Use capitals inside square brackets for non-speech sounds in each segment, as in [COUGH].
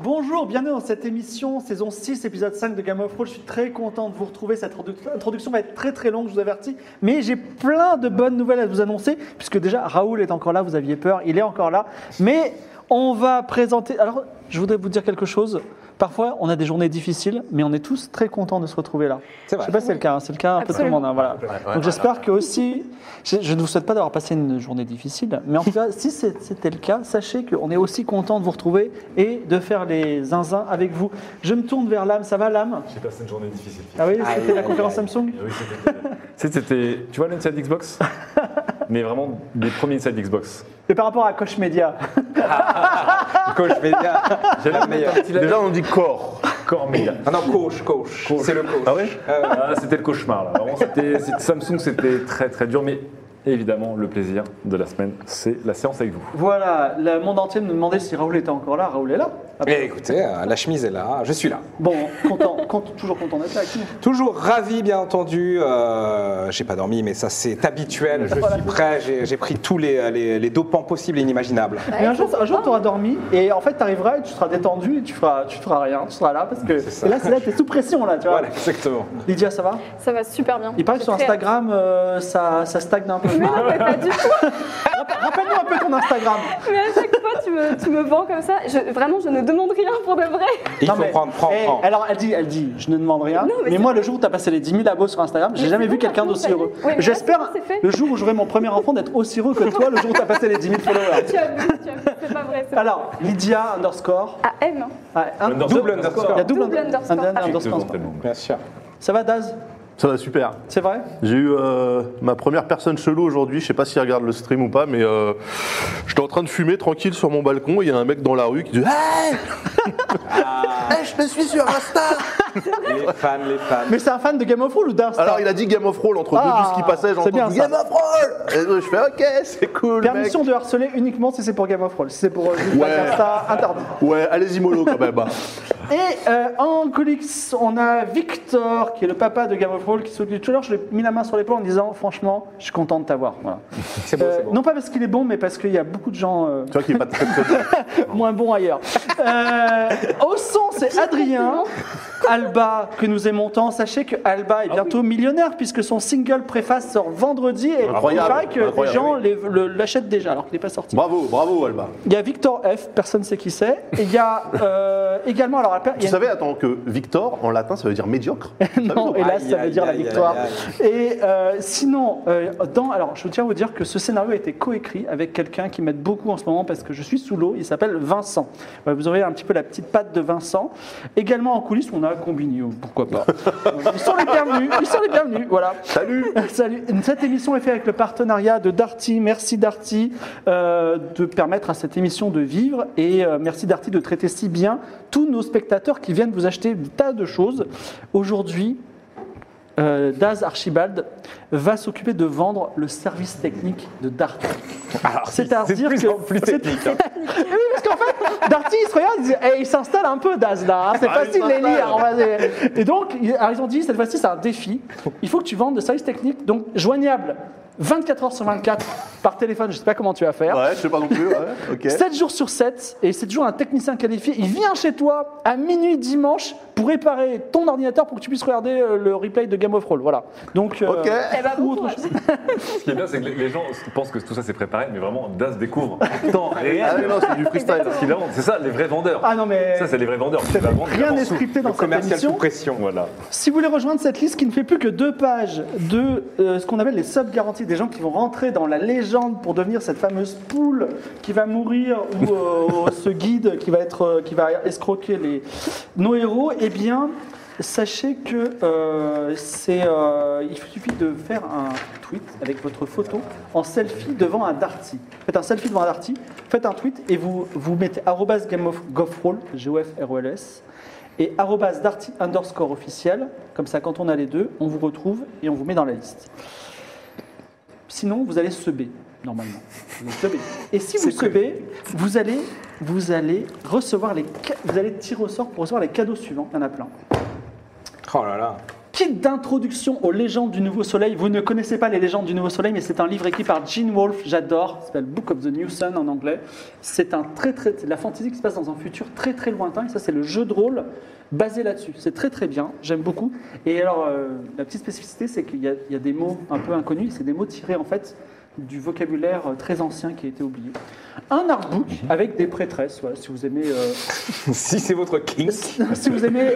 Bonjour, bienvenue dans cette émission, saison 6, épisode 5 de Game of Thrones. Je suis très content de vous retrouver. Cette introdu- introduction va être très très longue, je vous avertis. Mais j'ai plein de bonnes nouvelles à vous annoncer, puisque déjà Raoul est encore là, vous aviez peur, il est encore là. Mais on va présenter. Alors, je voudrais vous dire quelque chose. Parfois, on a des journées difficiles, mais on est tous très contents de se retrouver là. C'est vrai. Je sais pas si c'est le cas, hein, c'est le cas un peu tout le monde. hein, voilà. Donc j'espère que aussi, je, je ne vous souhaite pas d'avoir passé une journée difficile, mais en tout cas, si c'est- c'était le cas, sachez qu'on est aussi content de vous retrouver et de faire les zinzins avec vous. Je me tourne vers l'âme, ça va l'âme J'ai passé une journée difficile. Philippe. Ah oui, Aïe, c'était la aïe, conférence aïe. Eh Samsung Oui, c'était- Tu sais, c'était. Tu vois l'inside Xbox Mais vraiment les premiers inside Xbox. Mais par rapport à Coach Media, Coach média, j'ai la meilleure. Déjà, on dit corps. Corps média. Ah non, coach, coach. C'est le coach. Ah ouais Ah, C'était le cauchemar là. Vraiment, c'était- c'était- Samsung, c'était très très dur, mais évidemment, le plaisir de la semaine, c'est la séance avec vous. voilà, le monde entier nous demandait si Raoul était encore là. Raoul est là. Ah, Mais écoutez, euh, la chemise est là, je suis là. Bon, content, cont- toujours content d'être là. avec nous. Toujours ravi, bien entendu. euh, j'ai pas dormi, mais ça c'est habituel. Je suis prêt. J'ai j'ai pris tous les, euh, les, les dopants possibles et inimaginables. Mais un jour, un oh. jour tu auras dormi et en fait, tu arriveras et tu seras détendu et tu feras, tu feras rien. Tu seras là parce que ça. et là, c'est là, t'es sous pression là, tu vois. Voilà, exactement. Lydia, ça va Ça va super bien. Il paraît que J'ai sur très Instagram, euh, ça, ça stagne un peu. hâte. Mais [LAUGHS] non, mais pas du tout. Rappelle-nous un peu ton Instagram. Mais à chaque fois, tu me, tu me vends comme ça. Je- vraiment, je ne demande rien pour de vrai. [LAUGHS] Il Non, faut mais- prendre, prendre, Eh, prendre. Alors, elle dit, elle dit, je ne demande rien. Non, mais mais c'est moi, le jour où tu as passé les 10 000 abos sur Instagram, j'ai Mais jamais c'est vu bon, quelqu'un par contre, d'aussi ça y est. heureux. Oui, mais là, J'espère, c'est fait. le jour où j'aurai mon premier enfant, d'être aussi heureux que toi, le jour où tu as passé les 10 000 followers. [LAUGHS] Tu as vu, tu as vu. C'est pas vrai. c'est pas Alors, Lydia underscore. vrai. Ah, M. ah, un- Underscore. double underscore. Il y a double, Double under- underscore. under- Ah, oui. underscore. Bien sûr. Ça va, Daz Ça va super. C'est vrai J'ai eu euh, ma première personne chelou aujourd'hui. Je sais pas s'il regarde le stream ou pas, mais euh, j'étais en train de fumer tranquille sur mon balcon. et Il y a un mec dans la rue qui dit Hey Ah. [LAUGHS] Hey, je te suis sur Insta Les fans, les fans. Mais c'est un fan de Game of Thrones ou Daz Alors il a dit Game of Roll entre Ah, deux, tout ce qui passait. c'est bien J'entends ça. Game of Roll Et donc, Je fais Ok, c'est cool. mec. Permission de harceler uniquement si c'est pour Game of Thrones. Si c'est pour euh, juste Ouais. pas Insta, interdit. Ouais, allez-y mollo quand [LAUGHS] même. Et euh, en colix, on a Victor, qui est le papa de Game of Thrones, qui s'occupe tout à l'heure. Je lui ai mis la main sur l'épaule en disant Franchement, je suis content de t'avoir. Voilà. [LAUGHS] C'est bon, Euh, c'est bon. Non pas parce qu'il est bon, mais parce qu'il y a beaucoup de gens euh, tu vois qu'il est pas très très bien. moins bons [LAUGHS] ailleurs. Euh, au son, c'est Adrien. Alba, que nous aimons tant, sachez que Alba Ah est bientôt millionnaire puisque son single préface sort vendredi et Incroyable, il paraît que les incroyable, gens les- le- l'achètent déjà alors qu'il n'est pas sorti. Bravo, bravo Alba. Il y a Victor F, personne ne sait qui c'est. Et Il y a euh, également, alors il y Tu a- savais, attends, que Victor en latin ça veut [LAUGHS] dire médiocre Tu savais Non, ça hélas, Aïe, ça veut aïe, dire la aïe, victoire. aïe, Et euh, sinon, euh, dans, alors je tiens à vous dire que ce scénario a été coécrit avec quelqu'un qui m'aide beaucoup en ce moment parce que je suis sous l'eau. Il s'appelle Vincent. Voilà, Vous aurez un petit peu la petite patte de Vincent. Également en coulisses, on a Combinio, pourquoi [LAUGHS] pas. ils sont les bienvenus. Ils sont les bienvenus. Voilà. Salut [LAUGHS] Salut. Cette émission est faite avec le partenariat de Darty. Merci Darty euh, de permettre à cette émission de vivre et euh, merci Darty de traiter si bien tous nos spectateurs qui viennent vous acheter des tas de choses. Aujourd'hui, euh, Daz Archibald va s'occuper de vendre le service technique de Darty. c'est de C'est-à-dire plus que en plus technique. hein. [LAUGHS] oui, parce qu'en fait, Darty, il se regarde, il, dit, Eh, il s'installe un peu, Daz, là. hein, c'est Ah, facile il les s'installe. lire. on va dire. Et donc, ils- alors, ils ont dit, cette fois-ci, c'est un défi. Il faut que tu vendes de services techniques, donc joignable 24 heures sur 24 par téléphone. Je sais pas comment tu vas faire. Ouais, je sais pas non plus, ouais, ok. 7 jours sur 7, et c'est toujours un technicien qualifié. Il vient chez toi à minuit dimanche pour réparer ton ordinateur pour que tu puisses regarder euh, le replay de Game of Thrones. Voilà. Donc, euh, Ok. Eh ben, ou bon autre courage. Ce qui est bien, c'est que les- les gens pensent que tout ça c'est préparé, mais vraiment, Das découvre en temps Ah ouais, réel non, c'est du freestyle. ce qu'il invente. C'est ça, les vrais vendeurs. Ah non, mais Ça, c'est les vrais vendeurs. Tu vas vendre, rien tu vas n'est vendre. scripté dans Le cette commercial sous émission. pression. Voilà. Si vous voulez rejoindre cette liste qui ne fait plus que deux pages de euh, ce qu'on appelle les sub garanties, des gens qui vont rentrer dans la légende pour devenir cette fameuse poule qui va mourir ou euh, ce guide qui va être euh, qui va escroquer les nos héros, eh bien Sachez que euh, c'est, euh, il suffit de faire un tweet avec votre photo en selfie devant un Darty. Faites un selfie devant un Darty, faites un tweet et vous, vous mettez arrobas game of gofroll, G-O-F-R-O-L-S, et arrobas Darty underscore officiel. Comme ça, quand on a les deux, on vous retrouve et on vous met dans la liste. Sinon, vous allez se b normalement. Vous allez se b. Et si vous se b, vous allez, vous allez recevoir les, ca- vous allez tirer au sort pour recevoir les cadeaux suivants. Il y en a plein. Oh là [LAUGHS] là. Kit d'introduction aux légendes du Nouveau Soleil. Vous ne connaissez pas les légendes du Nouveau Soleil, mais c'est un livre écrit par Gene Wolfe, j'adore. Ça s'appelle Book of the New Sun en anglais. C'est un très très c'est de la fantasy qui se passe dans un futur très très lointain. Et ça, c'est le jeu de rôle basé là-dessus. C'est très très bien. J'aime beaucoup. Et alors, euh, la petite spécificité, c'est qu'il y, a- il y a des mots un peu inconnus. C'est des mots tirés en fait du vocabulaire euh, très ancien qui a été oublié. Un artbook avec des prêtresses. Voilà, si vous aimez, euh, [LAUGHS] Si c'est votre king. si vous aimez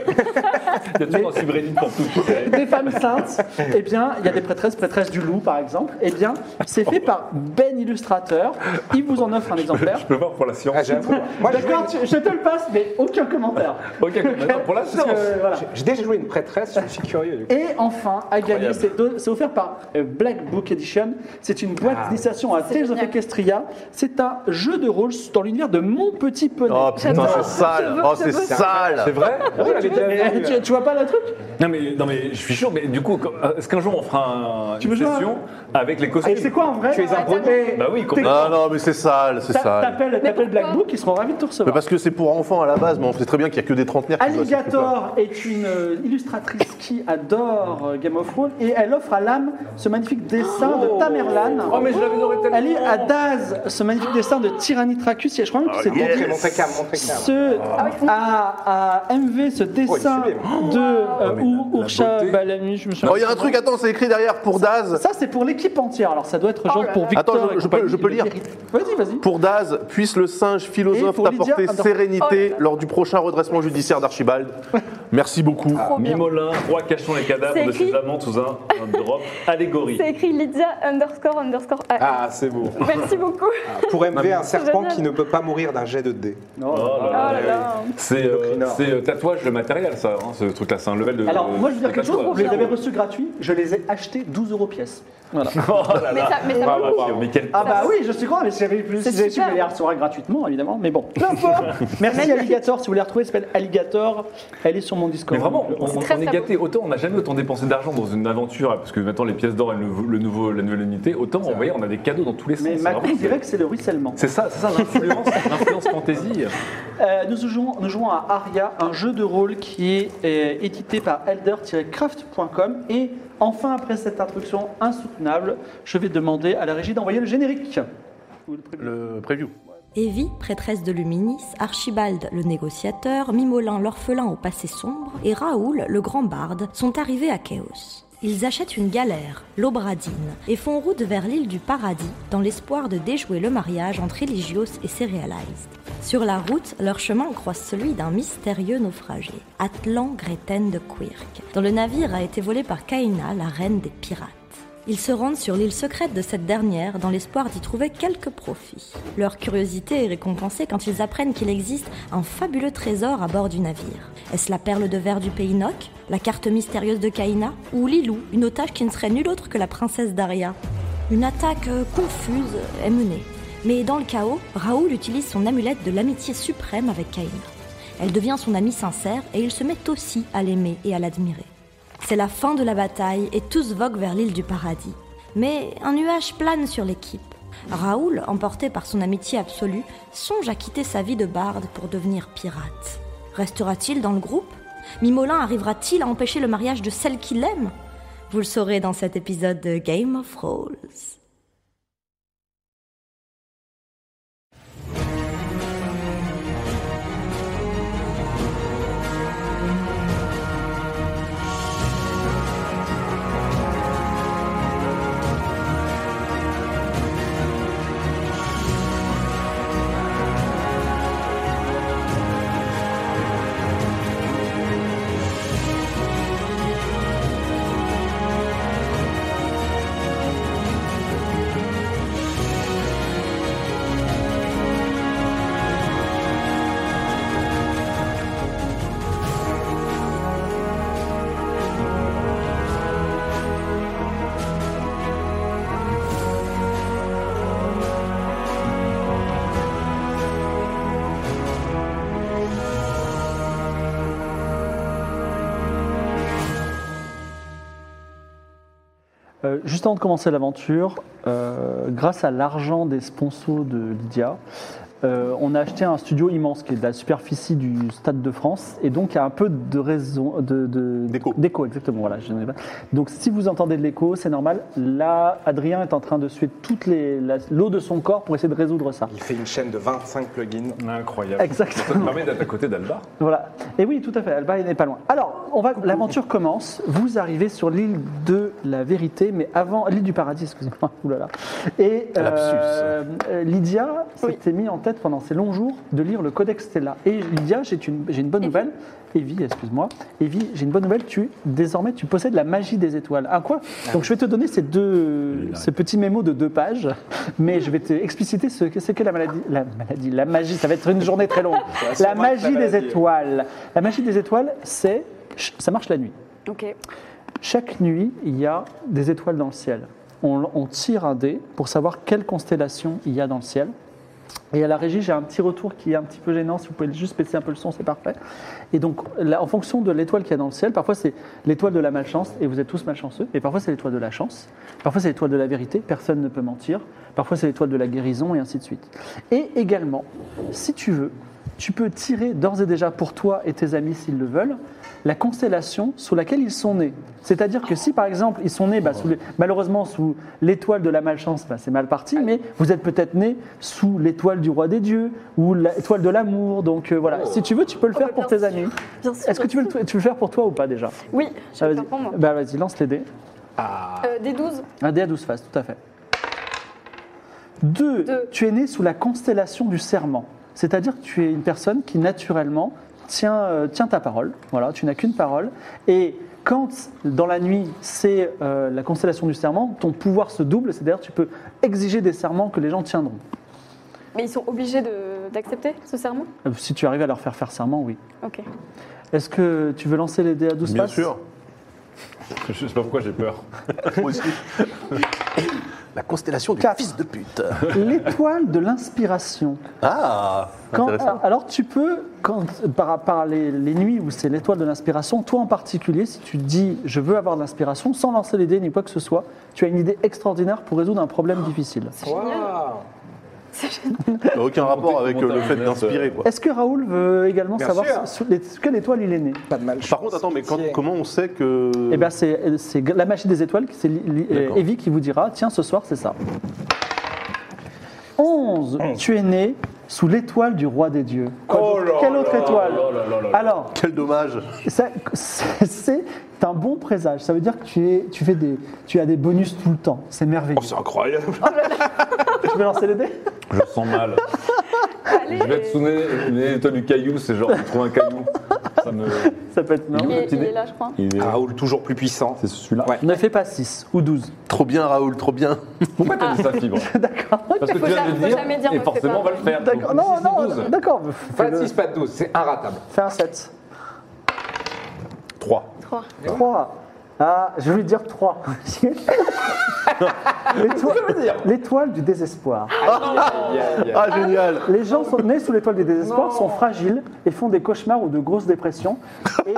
Il y a toujours un subreddit pour tout. [LAUGHS] des femmes saintes, eh bien, il y a des prêtresses, prêtresses du loup par exemple, eh bien, c'est fait par Ben Illustrateur. Il vous en offre un exemplaire. Je peux voir pour la science. Ah, j'avoue. Moi, j'ai joué, D'accord, tu- je te le passe, mais aucun commentaire. Ok, maintenant, pour la Parce que, science. voilà. j'ai déjà joué une prêtresse, je suis curieux. Du coup. Et enfin, à gagner, c'est do- c'est offert par euh, Black Book Edition. C'est une Ah. boîte d'initiation à Tales of génial. Equestria. C'est un jeu de rôle dans l'univers de Mon Petit Poney. Oh putain, J'adore. c'est sale. Je veux- Oh, je c'est veux- sale. [LAUGHS] C'est vrai Ah, je l'avais déjà vu. Mais, tu, tu vois pas le truc non mais, non mais je suis sûr, mais du coup, quand- euh, est-ce qu'un jour on fera un- veux une jouer à- session avec les Et Ah, costumes c'est quoi en vrai Tu es un poney. Bah oui, complètement. Non, non, mais c'est sale, c'est T'a- sale. T'appelles Mais t'appelles Black pourquoi Book, ils seront ravis de te Mais recevoir. parce que c'est pour enfants à la base, mais on sait très bien qu'il n'y a que des trentenaires qui voient ces trucs-là. Alligator est une euh, illustratrice qui adore euh, Game of Thrones et elle offre à l'âme ce magnifique dessin de Tamerlan. Oh, mais je l'avais tellement. Elle est à Daz ce magnifique dessin de Tyrannitracus et je crois même que c'est yes. dédié Montrez, montrez Cam, montrez Cam. ce, euh, à, à MV ce dessin Oh, il est sublime. de euh, mais ou la- la Urcha beauté. Balami, je me souviens Oh, il y a un truc, attends, c'est écrit derrière pour Daz. Ça c'est pour l'équipe entière. Alors ça doit être Oh genre pour Victor. Attends, et je- je peux- compagnie, je peux le lire. mérite. Vas-y, vas-y. Pour Daz, puisse le singe Et philosophe pour Lydia, t'apporter attends. Oh sérénité lors du prochain redressement judiciaire d'Archibald. Merci beaucoup. Trop bien. Mimolin, roi cachant les cadavres C'est de ses écrit- amants sous un, un drop allégorie. C'est écrit Lydia underscore underscore A. Ah, c'est beau. Merci beaucoup. Oh Pour MV, un serpent génial. qui ne peut pas mourir d'un jet de dés. Non. Oh là là. là là. C'est euh, Endocrine. c'est, euh, tatouage le matériel ça, hein, ce truc là, c'est un level de. Alors moi je veux dire de quelque chose. tatouage. Je les avais reçus gratuits. Je les ai achetés 12 euros pièce. Voilà. Oh là Mais là. ça, mais ça Bravo, vaut le coup. bravo. Mais quel- Ah bah oui, je suis content, mais si j'avais eu plus, C'est si j'avais su, super. je les recevoir gratuitement, évidemment, mais bon. Peu importe. [LAUGHS] Merci Alligator, si vous voulez la retrouver, elle s'appelle Alligator, elle est sur mon Discord. Mais vraiment, on, on- très, on est très gâté. Autant on n'a jamais autant dépensé d'argent dans une aventure, parce que maintenant les pièces d'or et le, nouveau- le nouveau, la nouvelle unité, autant vous voyez, on a des cadeaux dans tous les sens. Mais c'est Macron vraiment- dirait que c'est le ruissellement. C'est ça, c'est ça l'influence, l'influence fantasy. Euh, nous, jouons, nous jouons à Aria, un jeu de rôle qui est euh, édité par elder-craft.com. Et enfin, après cette introduction insoutenable, je vais demander à la régie d'envoyer le générique. Ou le prélude. Le preview. Evie, prêtresse de Luminis, Archibald, le négociateur, Mimolin, l'orphelin au passé sombre, et Raoul, le grand barde, sont arrivés à Chaos. Ils achètent une galère, l'Obradine, et font route vers l'île du paradis dans l'espoir de déjouer le mariage entre Eligios et Serialized. Sur la route, leur chemin croise celui d'un mystérieux naufragé, Atlan Greten de Quirk, dont le navire a été volé par Kaina, la reine des pirates. Ils se rendent sur l'île secrète de cette dernière dans l'espoir d'y trouver quelques profits. Leur curiosité est récompensée quand ils apprennent qu'il existe un fabuleux trésor à bord du navire. Est-ce la perle de verre du pays Noc, la carte mystérieuse de Kaina ou Lilou, une otage qui ne serait nulle autre que la princesse Daria Une attaque euh, confuse est menée. Mais dans le chaos, Raoul utilise son amulette de l'amitié suprême avec Kaina. Elle devient son amie sincère et ils se mettent aussi à l'aimer et à l'admirer. C'est la fin de la bataille et tous voguent vers l'île du paradis. Mais un nuage plane sur l'équipe. Raoul, emporté par son amitié absolue, songe à quitter sa vie de barde pour devenir pirate. Restera-t-il dans le groupe Mimolin arrivera-t-il à empêcher le mariage de celle qu'il aime Vous le saurez dans cet épisode de Game of Thrones. Euh, juste avant de commencer l'aventure, euh, grâce à l'argent des sponsors de Lydia, euh, on a acheté un studio immense qui est de la superficie du Stade de France et donc il y a un peu de raison de, de- D'écho. exactement voilà je n'ai pas. donc si vous entendez de l'écho c'est normal là Adrien est en train de suer toute les- la- l'eau de son corps pour essayer de résoudre ça Il fait une chaîne de 25 plugins. Incroyable. Ça te exactement permet d'être à côté d'Alba. Voilà. Et oui, tout à fait. Alba, il n'est pas loin. Alors, on va. L'aventure commence. Vous arrivez sur l'île de la vérité, mais avant l'île du paradis, excusez-moi. [LAUGHS] Ouh là là. Et euh, euh, Lydia s'était mis en tête pendant ces longs jours de lire le Codex Stella. Et Lydia, j'ai une, j'ai une bonne nouvelle. Evie, excuse-moi. Evie, j'ai une bonne nouvelle. Tu désormais, tu possèdes la magie des étoiles. Ah quoi Donc, je vais te donner ces deux, Il est ce petit mémo de deux pages, mais je vais te expliciter ce que c'est que la maladie, la maladie, la magie. Ça va être une journée très longue. La sûrement être la magie des maladie. étoiles. La magie des étoiles, c'est. ch- Ça marche la nuit. Ok. Chaque nuit, il y a des étoiles dans le ciel. On, on tire un dé pour savoir quelle constellation il y a dans le ciel. Et à la régie, j'ai un petit retour qui est un petit peu gênant. Si vous pouvez juste baisser un peu le son, c'est parfait. Et donc, là, en fonction de l'étoile qu'il y a dans le ciel, parfois c'est l'étoile de la malchance et vous êtes tous malchanceux. Et parfois c'est l'étoile de la chance. Parfois c'est l'étoile de la vérité, personne ne peut mentir. Parfois c'est l'étoile de la guérison et ainsi de suite. Et également, si tu veux, tu peux tirer d'ores et déjà pour toi et tes amis s'ils le veulent la constellation sous laquelle ils sont nés. C'est-à-dire que si par exemple ils sont nés bah, sous le- malheureusement sous l'étoile de la malchance, bah, c'est mal parti, mais vous êtes peut-être nés sous l'étoile du roi des dieux ou l'étoile de l'amour. Donc euh, voilà, si tu veux, tu peux le Oh, faire bah, pour bien tes amis. Bien sûr. Est-ce que tu veux, le, tu veux le faire pour toi ou pas déjà Oui, je Ah, vais vas-y. faire pour moi. Bah, vas-y, lance les dés. Euh, des 12. Un dé à 12 faces, tout à fait. Deux, Deux. tu es né sous la constellation du serment. C'est-à-dire que tu es une personne qui naturellement tient, euh, tient ta parole. Voilà, tu n'as qu'une parole. Et quand dans la nuit c'est euh, la constellation du serment, ton pouvoir se double. C'est-à-dire que tu peux exiger des serments que les gens tiendront. Mais ils sont obligés de- d'accepter ce serment Euh, Si tu arrives à leur faire faire serment, oui. Ok. Est-ce que tu veux lancer les dés à 12 Bien faces sûr. Je sais pas pourquoi j'ai peur. Moi aussi. La constellation du Quatre. fils de pute. L'étoile de l'inspiration. Ah Quand- Intéressant. alors tu peux, quand, par, par les, les nuits où c'est l'étoile de l'inspiration, toi en particulier, si tu dis je veux avoir de l'inspiration, sans lancer les dés ni quoi que ce soit, tu as une idée extraordinaire pour résoudre un problème difficile. Waouh. Aucun rapport avec euh, le fait Montagne, d'inspirer, quoi. Est-ce que Raoul veut également Bien savoir sûr. sous les- sous quelle étoile il est né Pas de mal. Par contre, attends, mais quand- Tiens. comment on sait que. Eh bien, c'est c'est la magie des étoiles, c'est li- li- euh, D'accord. Evie qui vous dira tiens, ce soir, c'est ça. 11. Tu es né sous l'étoile du roi des dieux. Quoi Oh d'autre là Quelle autre là étoile là là là là. Alors, Quel dommage Ça, c'est c'est un bon présage. Ça veut dire que tu, es, tu, fais des, tu as des bonus tout le temps. C'est merveilleux. Oh, C'est incroyable. [LAUGHS] tu veux lancer les dés Je sens mal. Allez. Je vais être sous les- les étoiles du caillou, c'est genre, je trouve un caillou. Ça me. Ça peut être non. Il est, petit il est dé là, je crois. Il est- Raoul, toujours plus puissant. C'est celui-là. Ouais. Ne fais pas 6 ou 12. Trop bien, Raoul, trop bien. Pourquoi t'as dit ça, fibre D'accord. Parce que Faut tu viens de ja- le faut dire, jamais dire, on et le forcément, on fait pas. va le faire. D'accord. Donc, Non, 6, non, 12. d'accord. Pas Fais-le. de 6, pas de 12, c'est inratable. Fais un 7. 3. 3. 3. Ah, je voulais dire 3. [LAUGHS] L'étoile du désespoir. Aïe, aïe, aïe. Ah, génial Les gens sont nés sous l'étoile du désespoir, sont fragiles et font des cauchemars ou de grosses dépressions. Et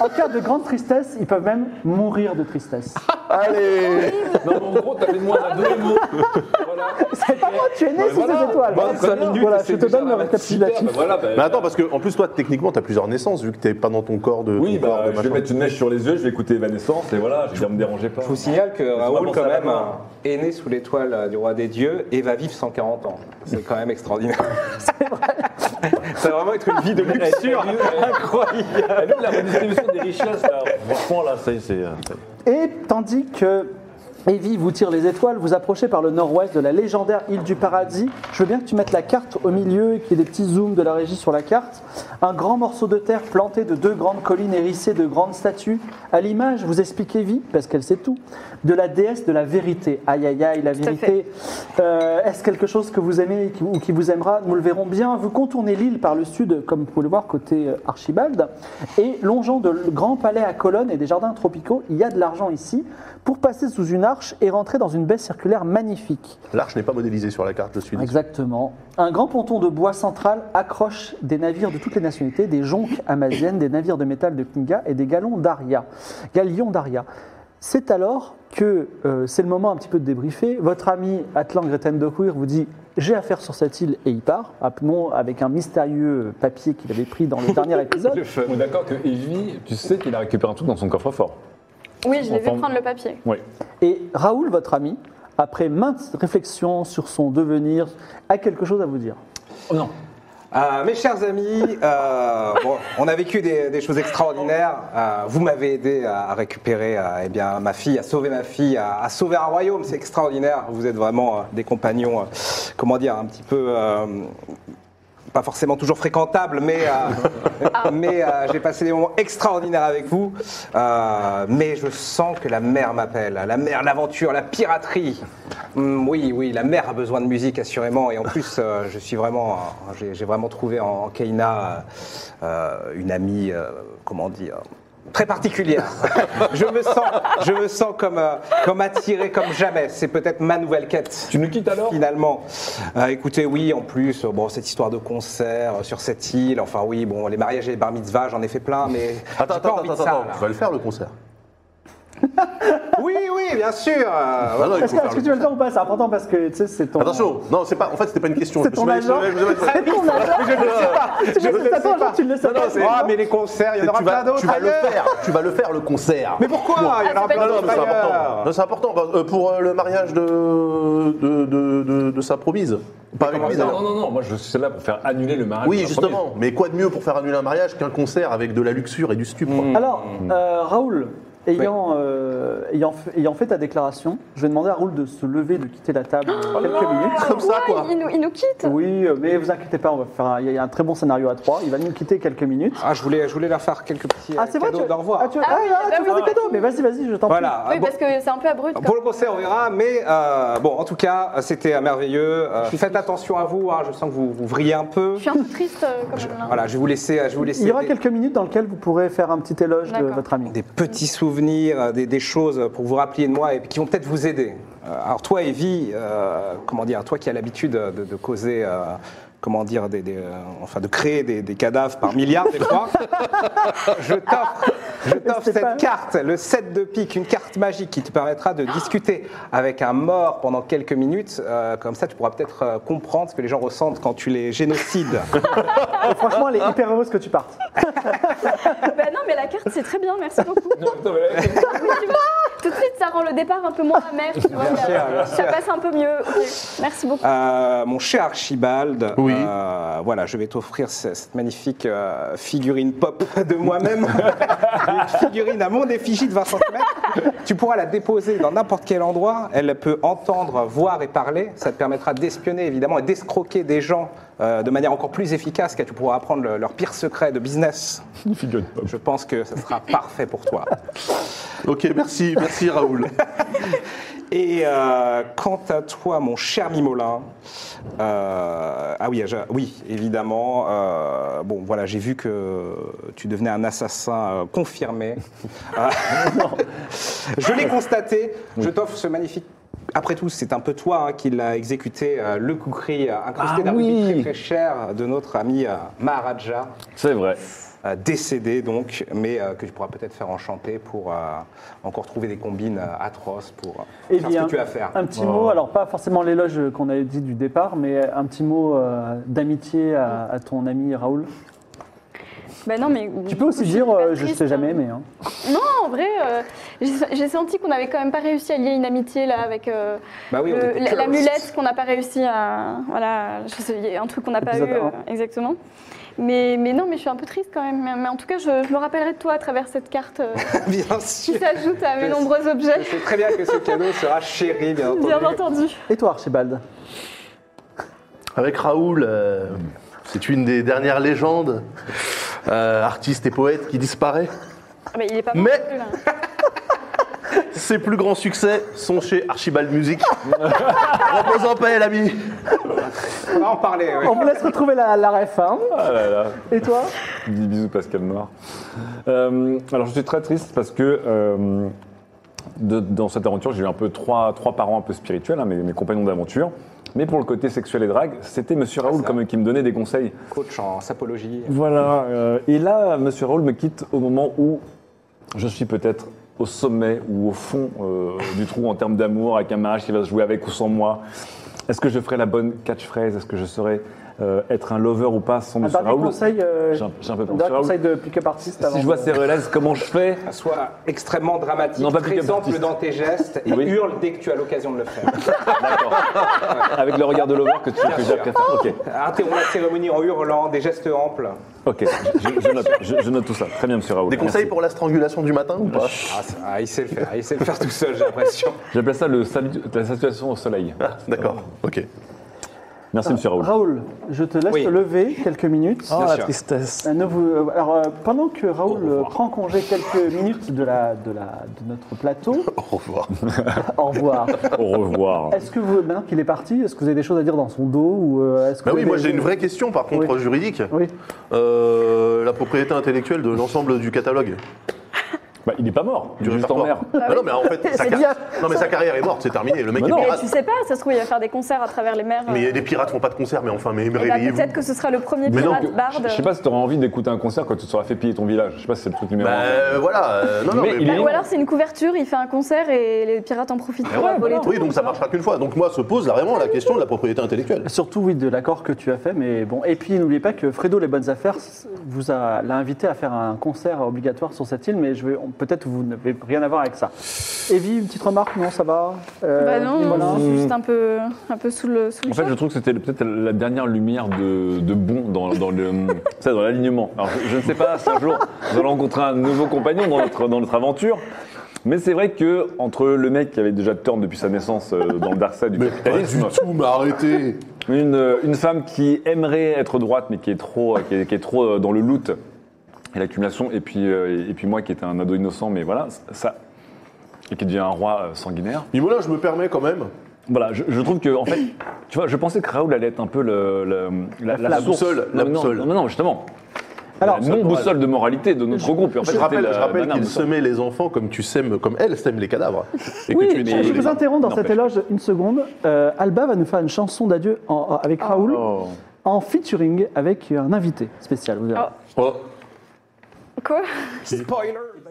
en cas de grande tristesse, ils peuvent même mourir de tristesse. Allez Non, mais en gros, t'avais moins à deux mots. Voilà. C'est pas moi, tu es né sous ces étoiles. Bah, Voilà, cinq minutes, voilà, et je c'est te déjà donne le la récapitulatif. super, bah voilà, bah, Mais attends, parce que en plus, toi, techniquement, t'as plusieurs naissances, vu que t'es pas dans ton corps de. Oui, ton corps bah, de je vais machin. mettre une mèche sur les yeux, je vais écouter Evanescence, et voilà, je vais me déranger pas. Je vous signale que Laisse-moi Raoul, penser quand à la même, mort. euh, est né sous l'étoile euh, du roi des dieux et va vivre 140 ans. C'est quand même extraordinaire. Ça va vraiment être une vie de luxure incroyable. T'as vu la redistribution des richesses, là Franchement, là, ça y est, c'est. euh, Et tandis que Evie vous tire les étoiles, vous approchez par le nord-ouest de la légendaire île du paradis. Je veux bien que tu mettes la carte au milieu et qu'il y ait des petits zooms de la régie sur la carte. Un grand morceau de terre planté de deux grandes collines hérissées de grandes statues. À l'image, vous explique Evie, parce qu'elle sait tout, de la déesse de la vérité. Aïe aïe aïe, la à vérité. Euh, Est-ce quelque chose que vous aimez et qui- ou qui vous aimera Nous le verrons bien. Vous contournez l'île par le sud, comme vous pouvez le voir côté euh, Archibald, et longeant de grands palais à colonnes et des jardins tropicaux, il y a de l'argent ici pour passer sous une arche et rentrer dans une baie circulaire magnifique. L'arche n'est pas modélisée sur la carte, je suis désolé. Exactement. Un grand ponton de bois central accroche des navires de toutes les nationalités, des jonques amasiennes, des navires de métal de Klinga et des galons d'Aria, galions d'Aria. C'est alors que euh, c'est le moment un petit peu de débriefer. Votre ami Atlan Greten de Queer vous dit J'ai affaire sur cette île et il part, appelant avec un mystérieux papier qu'il avait pris dans le dernier épisode. feu. On est d'accord que Evie, tu sais qu'il a récupéré un truc dans son coffre-fort. Oui, je l'ai vu Enfin, prendre le papier. Oui. Et Raoul, votre ami, après maintes réflexions sur son devenir, a quelque chose à vous dire. Oh Euh, mes chers amis, euh, bon, on a vécu des, des choses extraordinaires. Euh, vous m'avez aidé à, à récupérer euh, eh bien, ma fille, à sauver ma fille, à, à sauver un royaume. C'est extraordinaire. Vous êtes vraiment euh, des compagnons, euh, comment dire, un petit peu... euh, pas forcément toujours fréquentables, mais, euh, [LAUGHS] mais euh, j'ai passé des moments extraordinaires avec vous. Euh, mais je sens que la mer m'appelle. La mer, l'aventure, la piraterie. Hum, oui, oui, la mer a besoin de musique, assurément. Et en plus, euh, je suis vraiment. euh, j'ai, j'ai vraiment trouvé en, en Keina euh, euh, une amie, euh, comment dire Très particulière. [LAUGHS] je, me sens, je me sens comme, euh, comme attiré comme jamais. C'est peut-être ma nouvelle quête. Tu nous quittes alors Finalement. Euh, écoutez, oui, en plus, euh, bon, cette histoire de concert euh, sur cette île, enfin oui, bon, les mariages et les bar mitzvahs, j'en ai fait plein, mais. Attends, j'ai pas attends, envie de attends, ça, attends. là. Tu vas le faire le concert. Oui, oui, bien sûr. euh, Ah non, il Est-ce faut que, faire est-ce que le tu vas le faire ou pas C'est important parce que tu sais, c'est ton. Attention, non, c'est pas. En fait, c'était pas une question. C'est Je ton me- je agent. me- je me- je me- C'est ton agent. Tu je le sais sais pas, ton pas. agent, tu le sais Non, non, pas. c'est- Ah, mais les concerts, il y en aura tu vas, plein d'autres. tu vas le ailleurs. faire. Tu vas le faire le concert. Mais pourquoi Il y en Ah, aura c'est plein pas Non, d'autres mais c'est important. ailleurs. Non, c'est important. Bah, euh, Pour euh, le mariage de, de, de, de- de sa promise. Pas avec Mais lui, non, d'ailleurs. non, non, non, moi je suis celle-là pour faire annuler le mariage. de Oui, la justement. promise. Mais quoi de mieux pour faire annuler un mariage qu'un concert avec de la luxure et du stupre Alors, euh, Raoul, ayant, euh, ayant, fait, ayant fait ta déclaration, je vais demander à Raoul de se lever, de quitter la table quelques minutes. Comme ça, quoi. Il nous, il nous quitte Oui, euh, mais vous inquiétez pas, on va faire un- il y a un très bon scénario à trois. Il va nous quitter quelques minutes. Ah, je voulais, je voulais leur faire quelques petits euh, Ah, c'est vrai, tu cadeaux d'au revoir. ah, tu, bah, Ah ah, oui, ah, tu j'avoue. veux des cadeaux Mais vas-y, vas-y, je t'en prie. Voilà. Oui, Ah Bon, parce que c'est un peu abrupt. Pour le concert, on verra, mais euh, bon, en tout cas, c'était euh, merveilleux. Euh, faites attention à vous, hein, je sens que vous, vous vrillez un peu. Je suis un peu triste euh, quand même. là. Voilà, je vais vous laisser. euh, Je vais vous laisser Il y aura des- quelques minutes dans lesquelles vous pourrez faire un petit éloge de D'accord. votre ami. des petits souvenirs, euh, des, des choses pour vous rappeler de moi et qui vont peut-être vous aider. Euh, Alors toi, Evie, euh, comment dire, toi qui as l'habitude de, de causer, euh, comment dire, des, des, euh, enfin de créer des, des cadavres par milliards des fois, [LAUGHS] je t'offre, je t'offre C'est cette pas- carte, le 7 de pique, une carte magique qui te permettra de discuter avec un mort pendant quelques minutes. Euh, comme ça, tu pourras peut-être euh, comprendre ce que les gens ressentent quand tu les génocides. Et franchement, elle est hyper heureuse que tu partes. Bah non, mais la carte, c'est très bien, merci beaucoup. Non, attends, mais là, Oui, tu vois, Tout de suite, ça rend le départ un peu moins amer, tu vois. ça- ça passe un peu mieux. Ok, Merci beaucoup. Euh, mon cher Archibald, Oui. euh, voilà, je vais t'offrir ce- cette magnifique euh, figurine pop [LAUGHS] de moi-même, une figurine à mon effigie de 20 cm. tu pourras la déposer dans n'importe quel endroit. Elle peut entendre, voir et parler. Ça te permettra d'espionner évidemment et d'escroquer des gens euh, de manière encore plus efficace, car tu pourras apprendre le- leurs pires secrets de business. Je pense que ça sera parfait pour toi. Ok, merci, merci Raoul. Et euh, quant à toi, mon cher Mimolin, euh, ah oui, je- oui, évidemment. euh, bon, voilà, j'ai vu que tu devenais un assassin euh, confirmé. Euh, je l'ai constaté. Je t'offre ce magnifique. Après tout, c'est un peu toi hein, qui l'a exécuté, euh, le kukri euh, incrusté d'un rubis très très cher de notre ami euh, Maharaja, C'est vrai. euh, décédé donc, mais euh, que tu pourras peut-être faire enchanter pour euh, encore trouver des combines euh, atroces pour euh, Et faire Eh bien, ce que tu as à faire. Un petit Oh. mot, alors pas forcément l'éloge qu'on avait dit du départ, mais un petit mot euh, d'amitié à, à ton ami Raoul. Bah non, mais. Tu peux aussi je suis dire, pas euh, je triste, sais hein. jamais, mais. hein. Non, en vrai, euh, j'ai- j'ai senti qu'on n'avait quand même pas réussi à lier une amitié là avec euh, Bah oui, on le- était la- cursed. l'amulette qu'on n'a pas réussi à. Voilà, je sais, il y a un truc qu'on n'a pas eu Épisode euh, exactement. Mais, mais non, mais je suis un peu triste quand même. Mais, mais en tout cas, je, je me rappellerai de toi à travers cette carte euh, [LAUGHS] Bien qui sûr. s'ajoute à mes nombreux Je objets. sais très bien que ce cadeau sera chéri, bien entendu. Bien entendu. Et toi, Archibald Avec Raoul, euh, c'est une des dernières légendes, euh, artiste et poète, qui disparaît. Ah, Mais il est pas mort Mais- non plus, là. Ses plus grands succès sont chez Archibald Music. Repose en paix, l'ami. On va en parler. oui. On vous laisse retrouver la, la ref. hein. Ah là là. Et toi Dis bisous Pascal Noir. Euh, alors je suis très triste parce que euh, de- dans cette aventure j'ai eu un peu trois, trois parents un peu spirituels, hein, mes, mes compagnons d'aventure. Mais pour le côté sexuel et drague, c'était Monsieur Ah, Raoul comme, qui me donnait des conseils. Coach en sapologie. Voilà. euh, et là, Monsieur Raoul me quitte au moment où je suis peut-être au sommet ou au fond euh, du trou en termes d'amour, avec un mariage qui va se jouer avec ou sans moi Est-ce que je ferai la bonne catchphrase Est-ce que je saurais euh, être un lover ou pas sans Un me dernier conseil, euh, J'ai un- j'ai un peu un pensé. dernier Raoul, conseil de pick-up artiste. avant Si je vois de- ces relaises, comment je fais Sois extrêmement dramatique, Non, pas très pick-up ample artist. dans tes gestes et Oui. hurle dès que tu as l'occasion de le faire. Avec le regard de lover que tu que j'ai sûr. appris à faire. Ok, Interromps la cérémonie en hurlant, des gestes amples. ok, je, je note, je- je note tout ça. Très bien, monsieur Raoul. Des conseils Merci. pour la strangulation du matin ou pas Ah, ça- ah, il sait le faire, il sait le faire tout seul, j'ai l'impression. J'appelle ça le salut- la situation au soleil. D'accord, ok. Merci, monsieur Raoul. Raoul, je te laisse Oui. te lever quelques minutes. Oh, Bien la sûr. tristesse. Euh, ne vous- euh, alors, euh, pendant que Raoul euh, prend congé quelques minutes de, la, de, la, de notre [LAUGHS] plateau, Au revoir. au revoir. Au revoir. Est-ce que vous, maintenant qu'il est parti, est-ce que vous avez des choses à dire dans son dos ou euh, est-ce que Bah vous oui, avez- moi j'ai une vraie question par contre Oui. juridique. Oui. Euh, la propriété intellectuelle de l'ensemble du catalogue. Bah, il n'est pas mort, il Du est juste en mer. répertoire. Ah non, mais en fait, sa, C'est car- bien. non, mais sa carrière est morte, c'est terminé. Le mec Bah est non. Mais pirate. tu sais pas, ça se trouve, il va faire des concerts à travers les mers. Mais euh. les pirates font pas de concert, mais enfin, mais Eh ben, réveillez-vous. peut-être que ce sera le premier Mais non, pirate Bah, que- barde. Je sais pas si t'aurais envie d'écouter un concert quand tu te seras fait piller ton village. Je sais pas si c'est le truc numéro Bah un. euh, voilà, euh, non, non, Mais mais. il est- Bah, ou alors c'est une couverture, il fait un concert et les pirates en profitent Eh pour voler ouais, voilà. tout. Oui, donc ça marchera qu'une fois. Donc moi se pose là, vraiment la question de la propriété intellectuelle. Surtout, oui, de l'accord que tu as fait, mais bon. Et puis, n'oubliez pas que Fredo Les Bonnes Affaires s- vous a, l'a invité à faire un concert obligatoire sur cette île, mais je vais, on- peut-être vous n'avez rien à voir avec ça. Evie, une petite remarque Non, ça va Euh, Bah non, Nicolas je suis juste un peu, un peu sous le, sous le En fait, choc. je trouve que c'était peut-être la dernière lumière de, de bon dans, dans le- [LAUGHS] ça, dans l'alignement. Alors, je, je ne sais pas si un jour nous allons rencontrer un nouveau compagnon dans notre, dans notre aventure. Mais c'est vrai que entre le mec qui avait déjà tort depuis sa naissance euh, dans le dark side du Mais pas du capitalisme, tout, mais arrêtez une, euh, une femme qui aimerait être droite mais qui est trop, euh, qui est, qui est trop euh, dans le loot et l'accumulation, et puis euh, et puis moi qui étais un ado innocent, mais voilà ça et qui devient un roi euh, sanguinaire. Mimolin, je me permets quand même. Voilà, je, je trouve que, en fait, tu vois, je pensais que Raoul allait être un peu le, le- la, La source. boussole, la non, boussole. Non, non, non, justement. Alors, la non boussole de moralité de notre groupe. Et en fait, je c'était rappelle, la- je rappelle la qu'il boussole. semait les enfants comme tu sèmes, comme elle sème les cadavres. Et que tu es mais- Je vous interromps dans Non, cette pas- éloge une seconde. Euh, Alba va nous faire une chanson d'adieu en- en- Ah. avec Raoul Oh. en featuring avec un invité spécial. Vous verrez. Oh. Quoi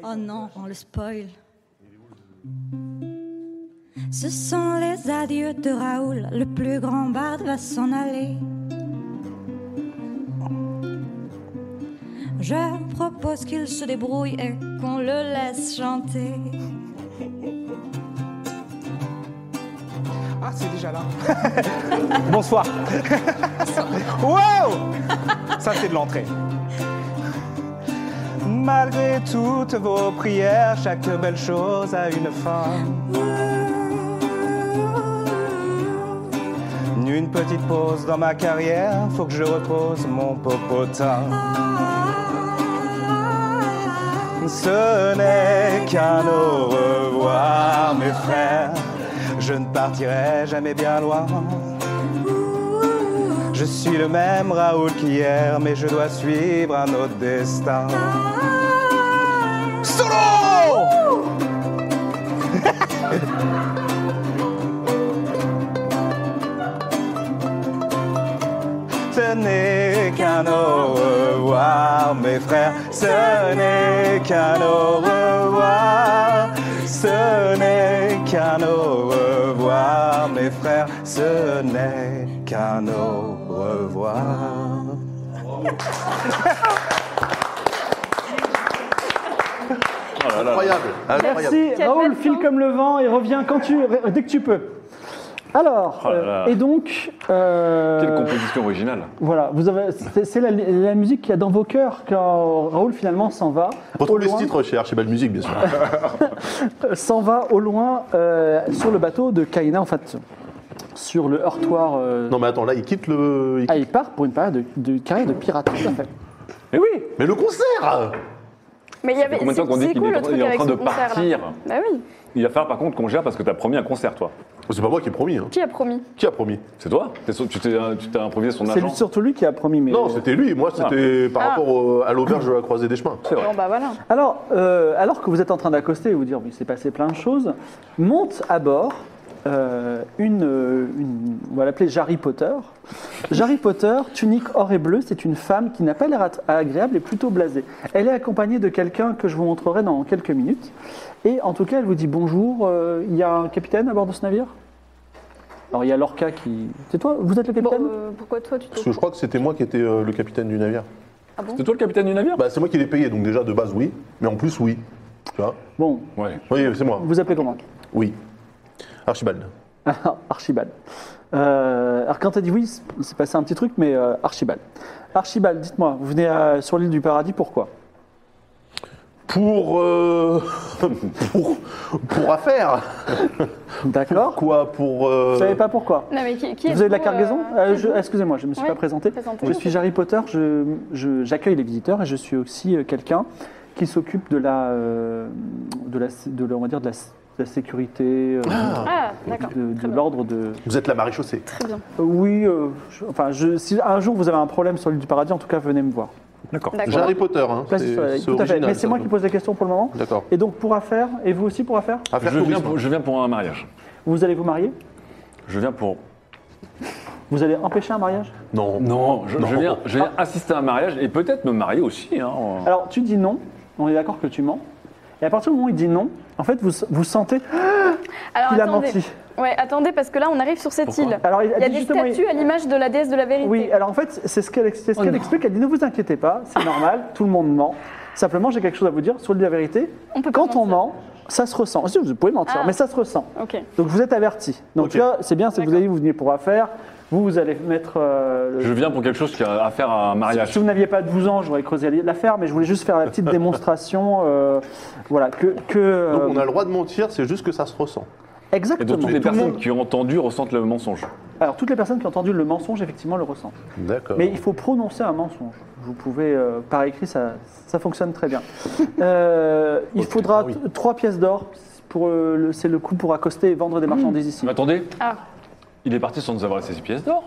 Oh non, on le spoil. Ce sont les adieux de Raoul, le plus grand barde va s'en aller. Je propose qu'il se débrouille et qu'on le laisse chanter. Ah, c'est déjà là. Bonsoir. wow Ça, c'est de l'entrée. Malgré toutes vos prières, chaque belle chose a une fin. Une petite pause dans ma carrière, faut que je repose mon popotin. Ce n'est qu'un au revoir, mes frères. Je ne partirai jamais bien loin. Je suis le même Raoul qu'hier, mais je dois suivre un autre destin. Solo! Ce n'est qu'un au revoir, mes frères. Ce n'est qu'un au revoir. Ce n'est qu'un au revoir, mes frères. Ce n'est qu'un au revoir. Incroyable, incroyable. Merci Quel Raoul, bel file temps. comme le vent et reviens quand tu, dès que tu peux. Alors, Oh là euh, là. et donc, euh, Quelle composition originale. voilà, vous avez, c'est c'est la, la musique qu'il y a dans vos cœurs quand Raoul finalement s'en va. Au Retrouvez ce loin, titre chez Archibald Music, bien sûr. euh, s'en va au loin euh, sur le bateau de Kaina, en fait, sur le heurtoir. euh, Non, mais attends, là, il quitte le. il- Ah, il part pour une période de, de carrière de pirate, tout à fait. Mais oui Mais le concert Mais il y avait. Combien de temps c'est- qu'on dit c'est qu'il quoi est, le en train- truc il est en avec train ce de concert, là partir Bah oui, Il va falloir par contre qu'on gère parce que t'as promis un concert, toi. C'est pas moi qui ai promis. hein. qui a promis Qui a promis C'est toi T'es sûr- Tu t'es euh, tu t'es improvisé son C'est agent lui- surtout lui qui a promis. Mais Non, c'était lui. Moi, c'était par Ah. rapport au- à l'auberge de la croisée des chemins. C'est vrai. Bon bah voilà. Alors, euh, alors que vous êtes en train d'accoster et vous dire, mais il s'est passé plein de choses, monte à bord euh, une, euh, une- on va l'appeler Jarry Potter. Jarry Potter, tunique or et bleu, c'est une femme qui n'a pas l'air at- agréable et plutôt blasée. Elle est accompagnée de quelqu'un que je vous montrerai dans quelques minutes. Et en tout cas, elle vous dit bonjour. euh, Il y a un capitaine à bord de ce navire Alors il y a Lorca qui. C'est toi Vous êtes le Bon, capitaine euh, pourquoi toi tu te. Parce que je crois que c'était moi qui étais euh, le capitaine du navire. Ah bon C'est toi le capitaine du navire Bah, c'est moi qui l'ai payé, donc déjà de base, oui. Mais en plus, oui. Tu vois Bon, Ouais. Oui, c'est moi. vous appelez comment Oui. Archibald. Ah, [LAUGHS] Archibald. Euh, alors quand t'as dit oui, c'est- c'est passé un petit truc, mais euh, Archibald. Archibald, dites-moi, vous venez à- sur l'île du paradis, pourquoi Pour. euh, [LAUGHS] pour. Pour affaire D'accord Quoi Pour. euh, Vous savez pas pourquoi Non, mais qui, qui Vous avez de la êtes-vous, cargaison euh, Euh, qui je- êtes-vous Excusez-moi, je ne me suis Oui, pas présenté. présentez-vous. Je suis Jarry Potter, je- je- j'accueille les visiteurs et je suis aussi euh, quelqu'un qui s'occupe de la, euh, de la, de la- on va dire de la, de la sécurité, euh, Ah, d'accord. de, de Très bien. l'ordre de. Vous êtes la maréchaussée. Très bien. Euh, Oui, euh, je- enfin, je- si un jour vous avez un problème sur l'île du paradis, en tout cas, venez me voir. D'accord. D'accord. Harry Potter, hein. Place du C'est soleil, c'est tout à fait. original. Mais c'est ça. moi qui pose la question pour le moment. D'accord. Et donc pour affaire, et vous aussi pour affaire, Affaire Je viens, tourisme. pour, je viens pour un mariage. vous allez vous marier Je viens pour. Vous allez empêcher un mariage Non. Non, je, je Non. viens, je viens assister à un mariage et peut-être me marier aussi. hein. Alors tu dis non, on est d'accord que tu mens. Et à partir du moment où il dit non, en fait vous, vous sentez Alors, qu'il a Ah, attendez. menti. Ouais, attendez, parce que là, on arrive sur cette île. Alors il, a Il y a dit des justement, il- statues à l'image de la déesse de la vérité. Oui, alors en fait c'est ce qu'elle Oh c'est ce qu'elle explique, elle dit ne vous inquiétez pas, c'est normal, tout le monde ment. Simplement j'ai quelque chose à vous dire sur le de la vérité. On peut pas Quand on mentir. ment, ça se ressent. Si, vous pouvez mentir, Ah. mais ça se ressent. Ok. Donc vous êtes averti. Donc Ok. là c'est bien, c'est que vous D'accord. allez vous venez pour affaire, vous vous allez mettre euh, le- Je viens pour quelque chose qui a à faire à un Ah, mariage. Si vous n'aviez pas 12 ans, j'aurais creusé l'affaire, mais je voulais juste faire la petite démonstration. euh, voilà, que. que, euh, Donc on a le droit de mentir, c'est juste que ça se ressent. Et donc Exactement. toutes les Tout le personnes monde- qui ont entendu ressentent le mensonge. Alors, toutes les personnes qui ont entendu le mensonge, effectivement, le ressentent. Euh. D'accord. Mais il faut prononcer un mensonge. Vous pouvez, euh, par écrit, ça, ça fonctionne très bien. Euh, il Ok, faudra oui. t- trois pièces d'or. pour, euh, le- C'est le coup pour accoster et vendre des marchandises ici. Mais attendez, Ah. Oh. il est parti sans nous avoir laissé ses pièces d'or.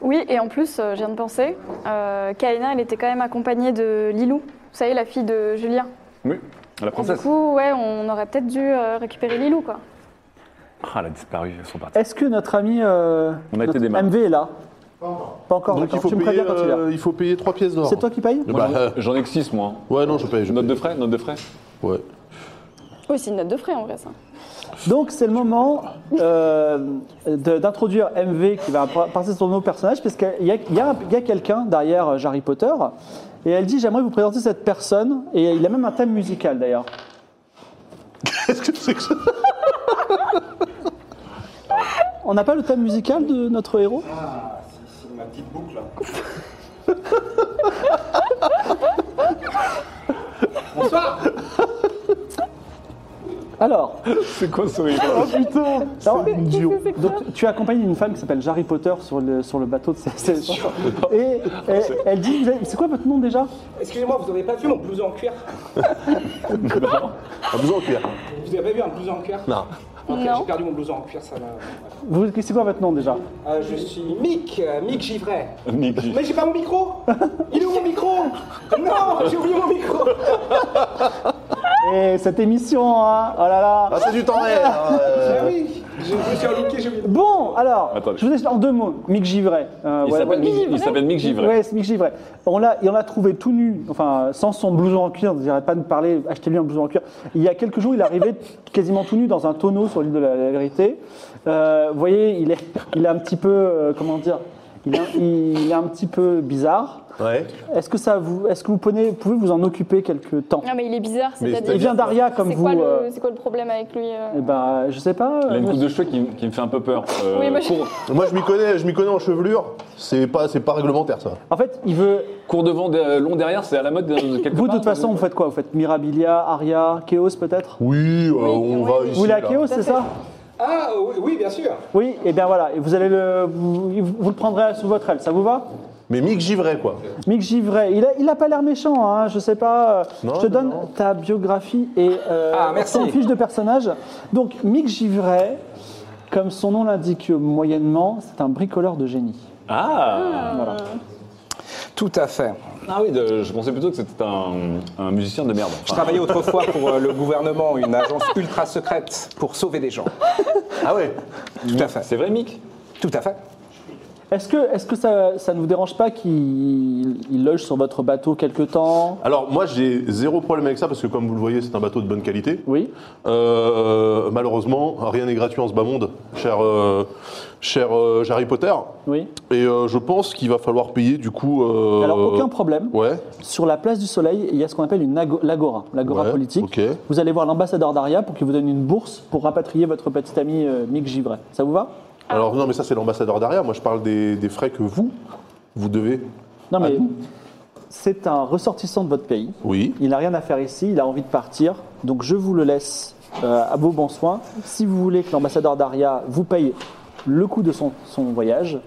Oui, et en plus, euh, je viens de penser, euh, Kaena, elle était quand même accompagnée de Lilou. Vous savez, la fille de Julien. Oui, la Et du Ah, princesse. coup, ouais, on aurait peut-être dû euh, récupérer Lilou, quoi. Ah, elle a disparu, elles sont parties. Est-ce que notre ami euh, On a été notre des marques. MV est là Pas encore. Donc d'accord. il faut, tu me payer, préviens quand il est là. euh, il faut payer 3 pièces d'or. C'est toi qui payes Moi, Bah, j'en- J'en ai que 6 moi. Ouais, non, je paye. Je Note de paye. frais, note de frais. Ouais. [LAUGHS] Oui, c'est une note de frais, en vrai, ça. Donc c'est le moment euh, de- d'introduire MV qui va par- passer sur nos personnages parce qu'il y a, il y a un- il y a quelqu'un derrière euh, Harry Potter et elle dit j'aimerais vous présenter cette personne et il a même un thème musical d'ailleurs. Qu'est-ce que c'est que ça On n'a pas le thème musical de notre héros Ah, Ma petite boucle. [LAUGHS] Alors, Oh, C'est quoi ce rire alors, donc, tu accompagnes une femme qui s'appelle Harry Potter sur le, sur le bateau de CSS. Et, et elle dit, vous avez- c'est quoi votre nom déjà Excusez-moi, vous n'auriez pas vu mon blouson en cuir Ah, besoin de cuir. Vous n'avez pas vu un blouson en cuir Non. Ok, Non. j'ai perdu mon blouson en cuir, ça m'a... Vous- C'est quoi votre nom déjà Euh, je suis Mick, euh, Mick Givray. Nick, Mais j'ai pas mon micro Il est où mon micro Non, j'ai oublié mon micro Et cette émission, hein, oh là là Ah, c'est du temps réel. hein, euh. Ah oui, je me suis enlouqué, j'ai oublié. Bon, alors, Attendez. je vous ai en deux mots, Mick Givray. Euh, Il ouais, s'appelle ouais. Mick- il s'appelle Mick Givray. Ouais, c'est Mick Givray. On l'a, et on l'a trouvé tout nu, enfin, sans son blouson en cuir. On dirait pas de parler, achetez-lui un blouson en cuir. Il y a quelques jours, il est arrivé [LAUGHS] quasiment tout nu dans un tonneau sur l'île de la, la vérité. Euh, vous voyez, il est, il est un petit peu, euh, comment dire, il est, un- il est un petit peu bizarre. Ouais. Est-ce que ça vous, est-ce que vous prenez- pouvez vous en occuper quelques temps Non, mais il est bizarre, c'est-à-dire... Il vient d'Aria comme C'est vous. quoi, le- euh, c'est quoi le problème avec lui euh eh ben, je sais pas. Il a euh, une coupe de cheveux qui, qui me fait un peu peur. Euh, Oui, moi, je- cours, Moi, je m'y connais, je m'y connais en chevelure. C'est pas, c'est pas réglementaire, ça. En fait, il veut, cours devant, de- long derrière, c'est à la mode de quelque Vous, de part, toute façon, vous faites quoi Vous faites Mirabilia, Aria, Chaos peut-être Oui, euh, on va ici. Vous voulez à là. Chaos, c'est ça Ah oui, oui, bien sûr Oui, et bien voilà, et vous allez le, vous, vous le prendrez sous votre aile, ça vous va Mais Mick Givray, quoi. Mick Givray, il a, il a pas l'air méchant, hein, je sais pas. euh, Non, je te non, donne non. ta biographie et euh, Ah, merci. ton fiche de personnage. Donc, Mick Givray, comme son nom l'indique moyennement, c'est un bricoleur de génie. Ah Voilà. Tout à fait. Ah oui, de- je pensais plutôt que c'était un, un musicien de merde. Je Enfin, travaillais autrefois pour euh, le gouvernement, une agence ultra secrète pour sauver des gens. Ah ouais Tout à fait. c'est vrai, Mick Tout à fait. Est-ce que, est que ça, ça ne vous dérange pas qu'il il loge sur votre bateau quelque temps Alors moi j'ai zéro problème avec ça parce que comme vous le voyez c'est un bateau de bonne qualité. Oui. Euh, malheureusement rien n'est gratuit en ce bas monde, cher, euh, cher euh, Harry Potter. Oui. Et euh, je pense qu'il va falloir payer du coup. euh, Alors, aucun problème. Ouais. Sur la place du Soleil, il y a ce qu'on appelle une ago- l'agora, l'agora Ouais, politique. ok. Vous allez voir l'ambassadeur d'Aria pour qu'il vous donne une bourse pour rapatrier votre petit ami euh, Mick Givray. Ça vous va Alors non mais ça c'est l'ambassadeur derrière. Moi je parle des, des frais que vous vous devez. Non, mais Ah bon c'est un ressortissant de votre pays. Oui. Il n'a rien à faire ici, il a envie de partir. Donc, je vous le laisse euh, à vos bons soins. Si vous voulez que l'ambassadeur d'Aria vous paye le coût de son, son voyage,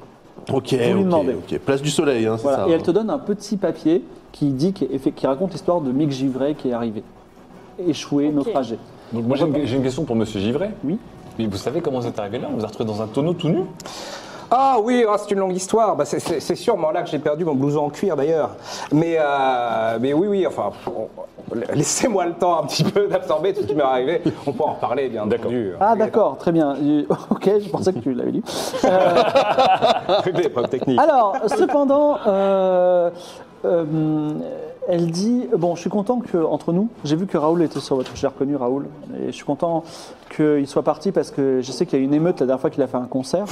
Ok. lui ok, demandez. ok. Place du Soleil hein, c'est voilà. ça. et elle te donne un petit papier qui, dit, que- qui raconte l'histoire de Mick Givray qui est arrivé, échoué, naufragé. Donc moi j'ai une, j'ai une question pour Monsieur Givray. Oui. Mais vous savez comment vous êtes arrivé là On vous a retrouvé dans un tonneau tout nu Ah oui, ah, c'est une longue histoire. Bah, c'est- c'est c'est sûrement là que j'ai perdu mon blouson en cuir d'ailleurs. Mais, euh, mais oui, oui, enfin, on- laissez-moi le temps un petit peu d'absorber tout ce qui m'est arrivé. On peut en reparler, bien entendu. Ah d'accord, très bien. Euh, [LAUGHS] Ok, je pensais que tu l'avais lu. Des preuves techniques. Alors, cependant, euh, euh, elle dit, bon, je suis content que entre nous, j'ai vu que Raoul était sur votre, j'ai reconnu Raoul, et je suis content qu'il soit parti parce que je sais qu'il y a eu une émeute la dernière fois qu'il a fait un concert.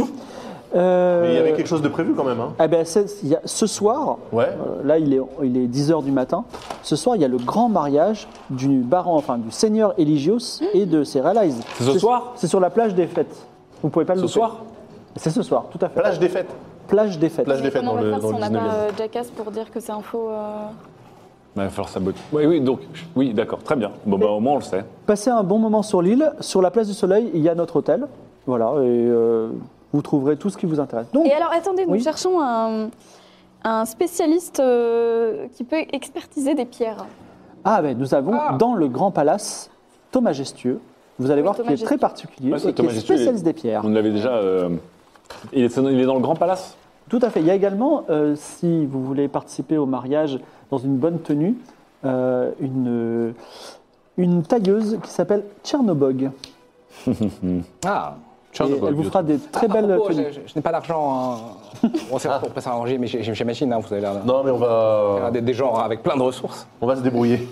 Euh, Mais il y avait quelque chose de prévu quand même. Hein. ah ben, c'est- il y a- ce soir, Ouais. euh, là il est, il est 10h du matin, ce soir il y a le grand mariage du baron, enfin du seigneur Eligios et de ses Relies. C'est ce soir C'est sur la plage des fêtes. Vous pouvez pas le ce louper. soir C'est ce soir, tout à fait. Plage des fêtes. Plage des Ah, fêtes. Plage des Mais fêtes comment dans on va le, faire si dans on le n'a 19e. pas euh, Jackass pour dire que c'est un faux euh, Bah, il va falloir saboter. Oui, oui, donc, oui, d'accord, très bien. Bon, bah, au moins, on le sait. Passez un bon moment sur l'île. Sur la place du Soleil, il y a notre hôtel. Voilà, et euh, vous trouverez tout ce qui vous intéresse. Donc, Et alors, attendez, nous Oui. cherchons un, un spécialiste euh, qui peut expertiser des pierres. ah ben, nous avons dans le grand palace Thomas Majestueux. Vous allez Oui, voir Thomas qu'il est très particulier Ouais, c'est et qui Thomas est Gestueux, spécialiste il est- des pierres. On l'avait déjà. euh, Il, est, il est dans le grand palace Tout à fait. Il y a également, euh, si vous voulez participer au mariage dans une bonne tenue, euh, une, euh, une tailleuse qui s'appelle Tchernobog. Ah. Et elle vous fera des très belles Oh, tenues. je je- je n'ai pas d'argent. hein. Bon, c'est pour passer à ranger, mais j'ai- j'ai- j'imagine, hein, vous avez l'air Non mais on va, l'air d'être Ah, des gens avec plein de ressources. on va se débrouiller.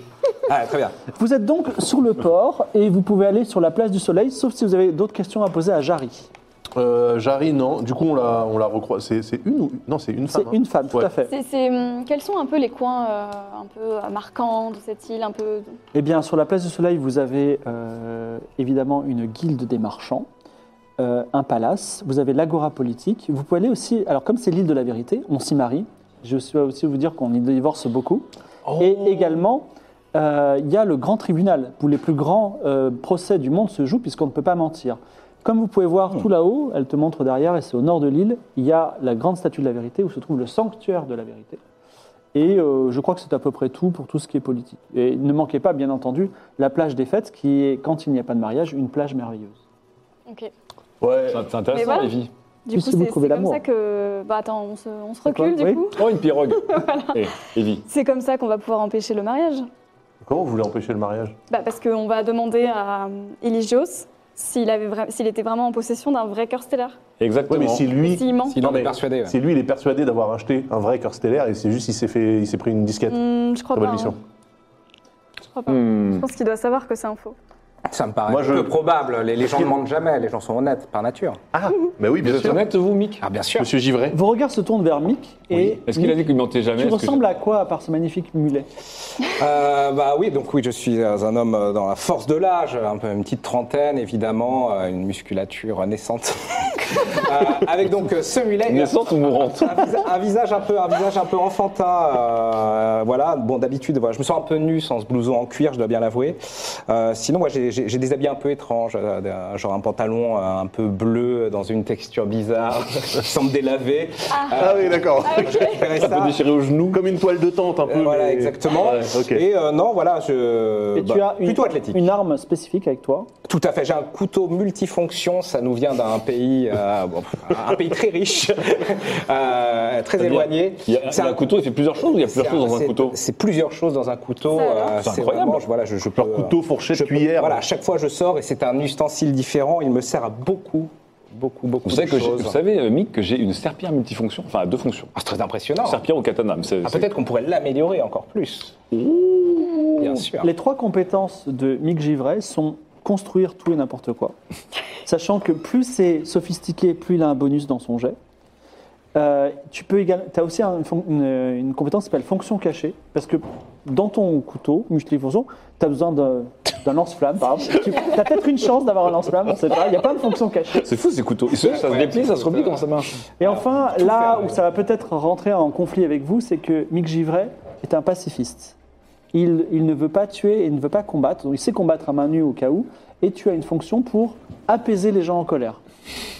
Ah, très bien. Vous êtes donc sur le port et vous pouvez aller sur la place du Soleil, sauf si vous avez d'autres questions à poser à Jarry. Euh, Jarry, non. Du coup, on la, on la recroise. C'est, c'est une ou non C'est une femme. hein. C'est une femme, tout Ouais. à fait. C'est- c'est, hum, quels sont un peu les coins euh, un peu euh, marquants de cette île un peu... Eh bien, sur la place du Soleil, vous avez euh, évidemment une guilde des marchands, euh, un palace, vous avez l'agora politique. Vous pouvez aller aussi, alors comme c'est l'île de la vérité, on s'y marie. Je suis aussi vous dire qu'on y divorce beaucoup. Et également, euh, il y a le grand tribunal où les plus grands euh, procès du monde se jouent puisqu'on ne peut pas mentir. Comme vous pouvez voir tout là-haut, elle te montre derrière et c'est au nord de l'île, il y a la grande statue de la vérité où se trouve le sanctuaire de la vérité. Et euh, je crois que c'est à peu près tout pour tout ce qui est politique. Et ne manquez pas, bien entendu, la plage des fêtes, qui est, quand il n'y a pas de mariage, une plage merveilleuse. Ok. Ouais. C'est c'est Mais intéressant, voilà. Evie. Du Puis coup, si vous c'est c'est trouvez comme l'amour. ça que... Bah attends, on se, on se quoi recule du Oui. coup. Oh, une pirogue Eh, Evie. C'est comme ça qu'on va pouvoir empêcher le mariage. Comment vous voulez empêcher le mariage Bah, parce qu'on va demander à euh, Eligios s'il avait vra- s'il était vraiment en possession d'un vrai cœur stellaire. Ouais, Exactement. mais si lui, S'il ment. Sinon, Non, on est mais- persuadé. ouais. si lui, il est persuadé d'avoir acheté un vrai cœur stellaire et c'est juste il s'est fait, il s'est pris une disquette. Hum, je crois Très pas. bonne mission. hein. Je crois pas. Je pense qu'il doit savoir que c'est un faux. Ça me paraît Moi, je- peu probable. Les, les gens ne mentent jamais. Les gens sont honnêtes par nature. Ah, mais oui, bien Vous êtes sûr. honnête, vous, Mick Ah, bien sûr. Monsieur Givray. Vos regards se tournent vers Mick et. Est-ce qu'il a dit Mick, qu'il mentait jamais Tu Est-ce que ressembles à quoi par ce magnifique mulet Euh, bah oui, donc oui, je suis euh, un homme euh, dans la force de l'âge, un peu une petite trentaine évidemment, euh, une musculature naissante, [LAUGHS] Euh, avec donc euh, ce mulet, et Naissante ou mourante un, visa- un visage un peu, un visage un peu enfantin, euh, voilà. Bon, d'habitude, voilà, je me sens un peu nu sans ce blouson en cuir, je dois bien l'avouer. Euh, sinon, moi, j'ai- j'ai j'ai des habits un peu étranges, euh, d'un- genre un pantalon euh, un peu bleu dans une texture bizarre, [LAUGHS] sans me délaver. Ah oui, d'accord. Récupérer ça. déchiré au genou. Comme une toile de tente, un peu. Euh, voilà, mais- exactement. Ouais, ok. Et euh, non, voilà, Euh, je. Et tu bah, as une, plutôt athlétique. une arme spécifique avec toi. Tout à fait, j'ai un couteau multifonction, ça nous vient d'un pays, euh, bon, un pays très riche, [LAUGHS] euh, très éloigné. Il y a, il y a un couteau, il fait plusieurs choses ou il y a plusieurs c'est choses dans c'est- un couteau C'est plusieurs choses dans un couteau. euh, Ça, alors C'est incroyable. vraiment, je, voilà, je, je peux, Leur couteau, fourchette, euh, je peux- cuillère. Voilà, à chaque fois je sors et c'est un ustensile différent, il me sert à beaucoup, Beaucoup, beaucoup Vous savez, de que j'ai- choses. vous savez, euh, Mick, que j'ai une serpillère multifonction, enfin à deux fonctions. Ah, c'est très impressionnant. Serpillère au katana. mais c'est- Ah, c'est- peut-être qu'on pourrait l'améliorer encore plus. Bien sûr. Les trois compétences de Mick Givray sont construire tout et n'importe quoi. Sachant que plus c'est sophistiqué, plus il a un bonus dans son jet. Euh, tu peux également, as aussi un fon- une, une compétence qui s'appelle fonction cachée, parce que dans ton couteau, multifonction, tu as besoin d'un d'un lance-flamme, par exemple. Tu as peut-être une chance d'avoir un lance-flamme, on sait pas, il y a plein de fonctions cachées. C'est fou ces couteaux. Ils se- ça se Ouais, déplie, ça se c'est- replie, c'est- comment ça marche Et enfin, là faire, ouais. où ça va peut-être rentrer en conflit avec vous, c'est que Mick Givray est un pacifiste. Il, il ne veut pas tuer et ne veut pas combattre, donc il sait combattre à main nue au cas où, et tu as une fonction pour apaiser les gens en colère.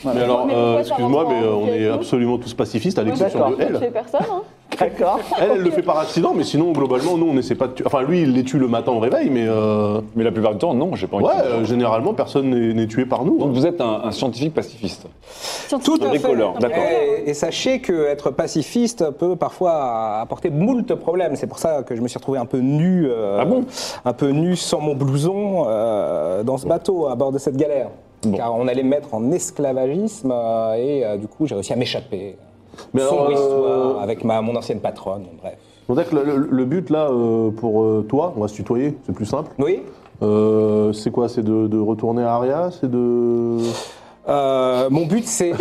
Mais alors, Mais euh, pourquoi ça excuse-moi, rentre en mais euh, on conflit est avec nous absolument tous pacifistes, à l'exception d'accord. de elle. tuer personne, hein. D'accord Elle, elle le fait par accident, mais sinon, globalement, nous, on essaie pas de tuer. Enfin, lui, il les tue le matin au réveil, mais. euh, Mais la plupart du temps, non, j'ai pas envie Ouais, de tuer des gens. euh, généralement, personne n'est n'est tué par nous. hein. Donc vous êtes un, un scientifique pacifiste. Tout Un à fait. bricoleur, d'accord. Et, et sachez que être pacifiste peut parfois apporter moult problèmes. C'est pour ça que je me suis retrouvé un peu nu, euh, Ah bon un peu nu sans mon blouson euh, dans ce bateau à bord de cette galère. Car on allait me mettre en esclavagisme euh, et euh, du coup j'ai réussi à m'échapper. Mais Sombre alors, euh, histoire avec ma, mon ancienne patronne, bref. On dirait que le, le- le but, là, euh, pour euh, toi, on va se tutoyer, c'est plus simple. Oui Euh, c'est quoi C'est de, de retourner à Aria C'est de. Euh, mon but, [LAUGHS] c'est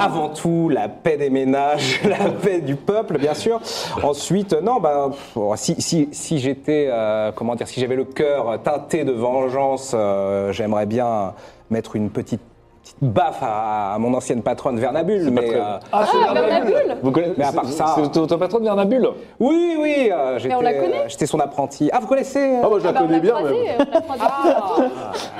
avant tout la paix des ménages, [LAUGHS] la paix du peuple, bien sûr. Ensuite, non, ben, pff, si, si, si j'étais, euh, comment dire, si j'avais le cœur teinté de vengeance, euh, j'aimerais bien mettre une petite, petite baffe à, à mon ancienne patronne Vernabule. Mais, euh, Ah, Vernabule Vous connaissez Mais à part c'est- ça- C'est ton, ton patron de Vernabule oui, oui, euh, j'étais on la connaît euh, j'étais son apprenti. Ah, vous connaissez Ah, moi, je la Bah, on connais l'a bien, croisé, mais. on l'a Ah, croisé.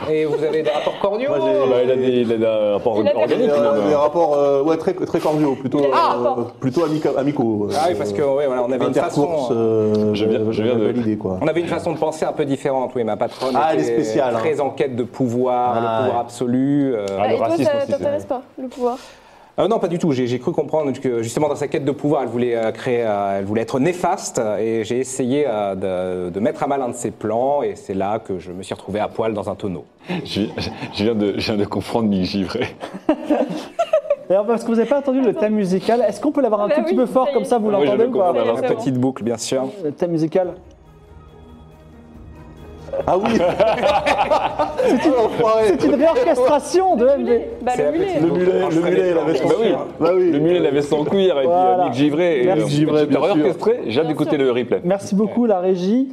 Ah Et vous avez des rapports cordiaux Bah, Il a des- il a des- un rapport Il a des- organique. Des, non, euh, mais- des rapports euh, ouais, très, très cordiaux, plutôt, Il a des euh, rapports. plutôt amica- amicaux. Ah oui, parce que ouais, voilà, on avait une Intercourse, façon. hein. euh, Je viens- je viens de- validée, quoi. On avait une façon de penser un peu différente, oui. Ma patronne Ah, elle est était spéciale, hein. très en quête de pouvoir, Ah, le pouvoir ouais. absolu. euh. Ah, le Et toi, racisme ça aussi, t'intéresse pas, le pouvoir Euh, non, pas du tout. J'ai j'ai cru comprendre que justement dans sa quête de pouvoir, elle voulait euh, créer, euh, elle voulait être néfaste, et j'ai essayé euh, de, de mettre à mal un de ses plans, et c'est là que je me suis retrouvé à poil dans un tonneau. Je, je viens de, je viens de comprendre Mick Givray. D'ailleurs, parce que vous n'avez pas entendu le thème musical, est-ce qu'on peut l'avoir un Bah tout petit oui, peu fort ça y comme est. ça, vous Ah oui, je l'entendez le ou pas comprends. Ça y est, La c'est bon. petite boucle, bien sûr. Le thème musical Ah oui C'est une enfoirée C'est une réorchestration de MV. Bah, le mulet. Le mulet, Quand je le ferai mulet, des la plans, veste en bien sûr. cuir. Bah oui. Le mulet l'avait sans cuir et puis Voilà. euh, Mick Givray. Et, Merci, euh, Givray, tu t'as bien sûr. réorchestré, j'ai hâte d'écouter le replay. Merci beaucoup, la régie.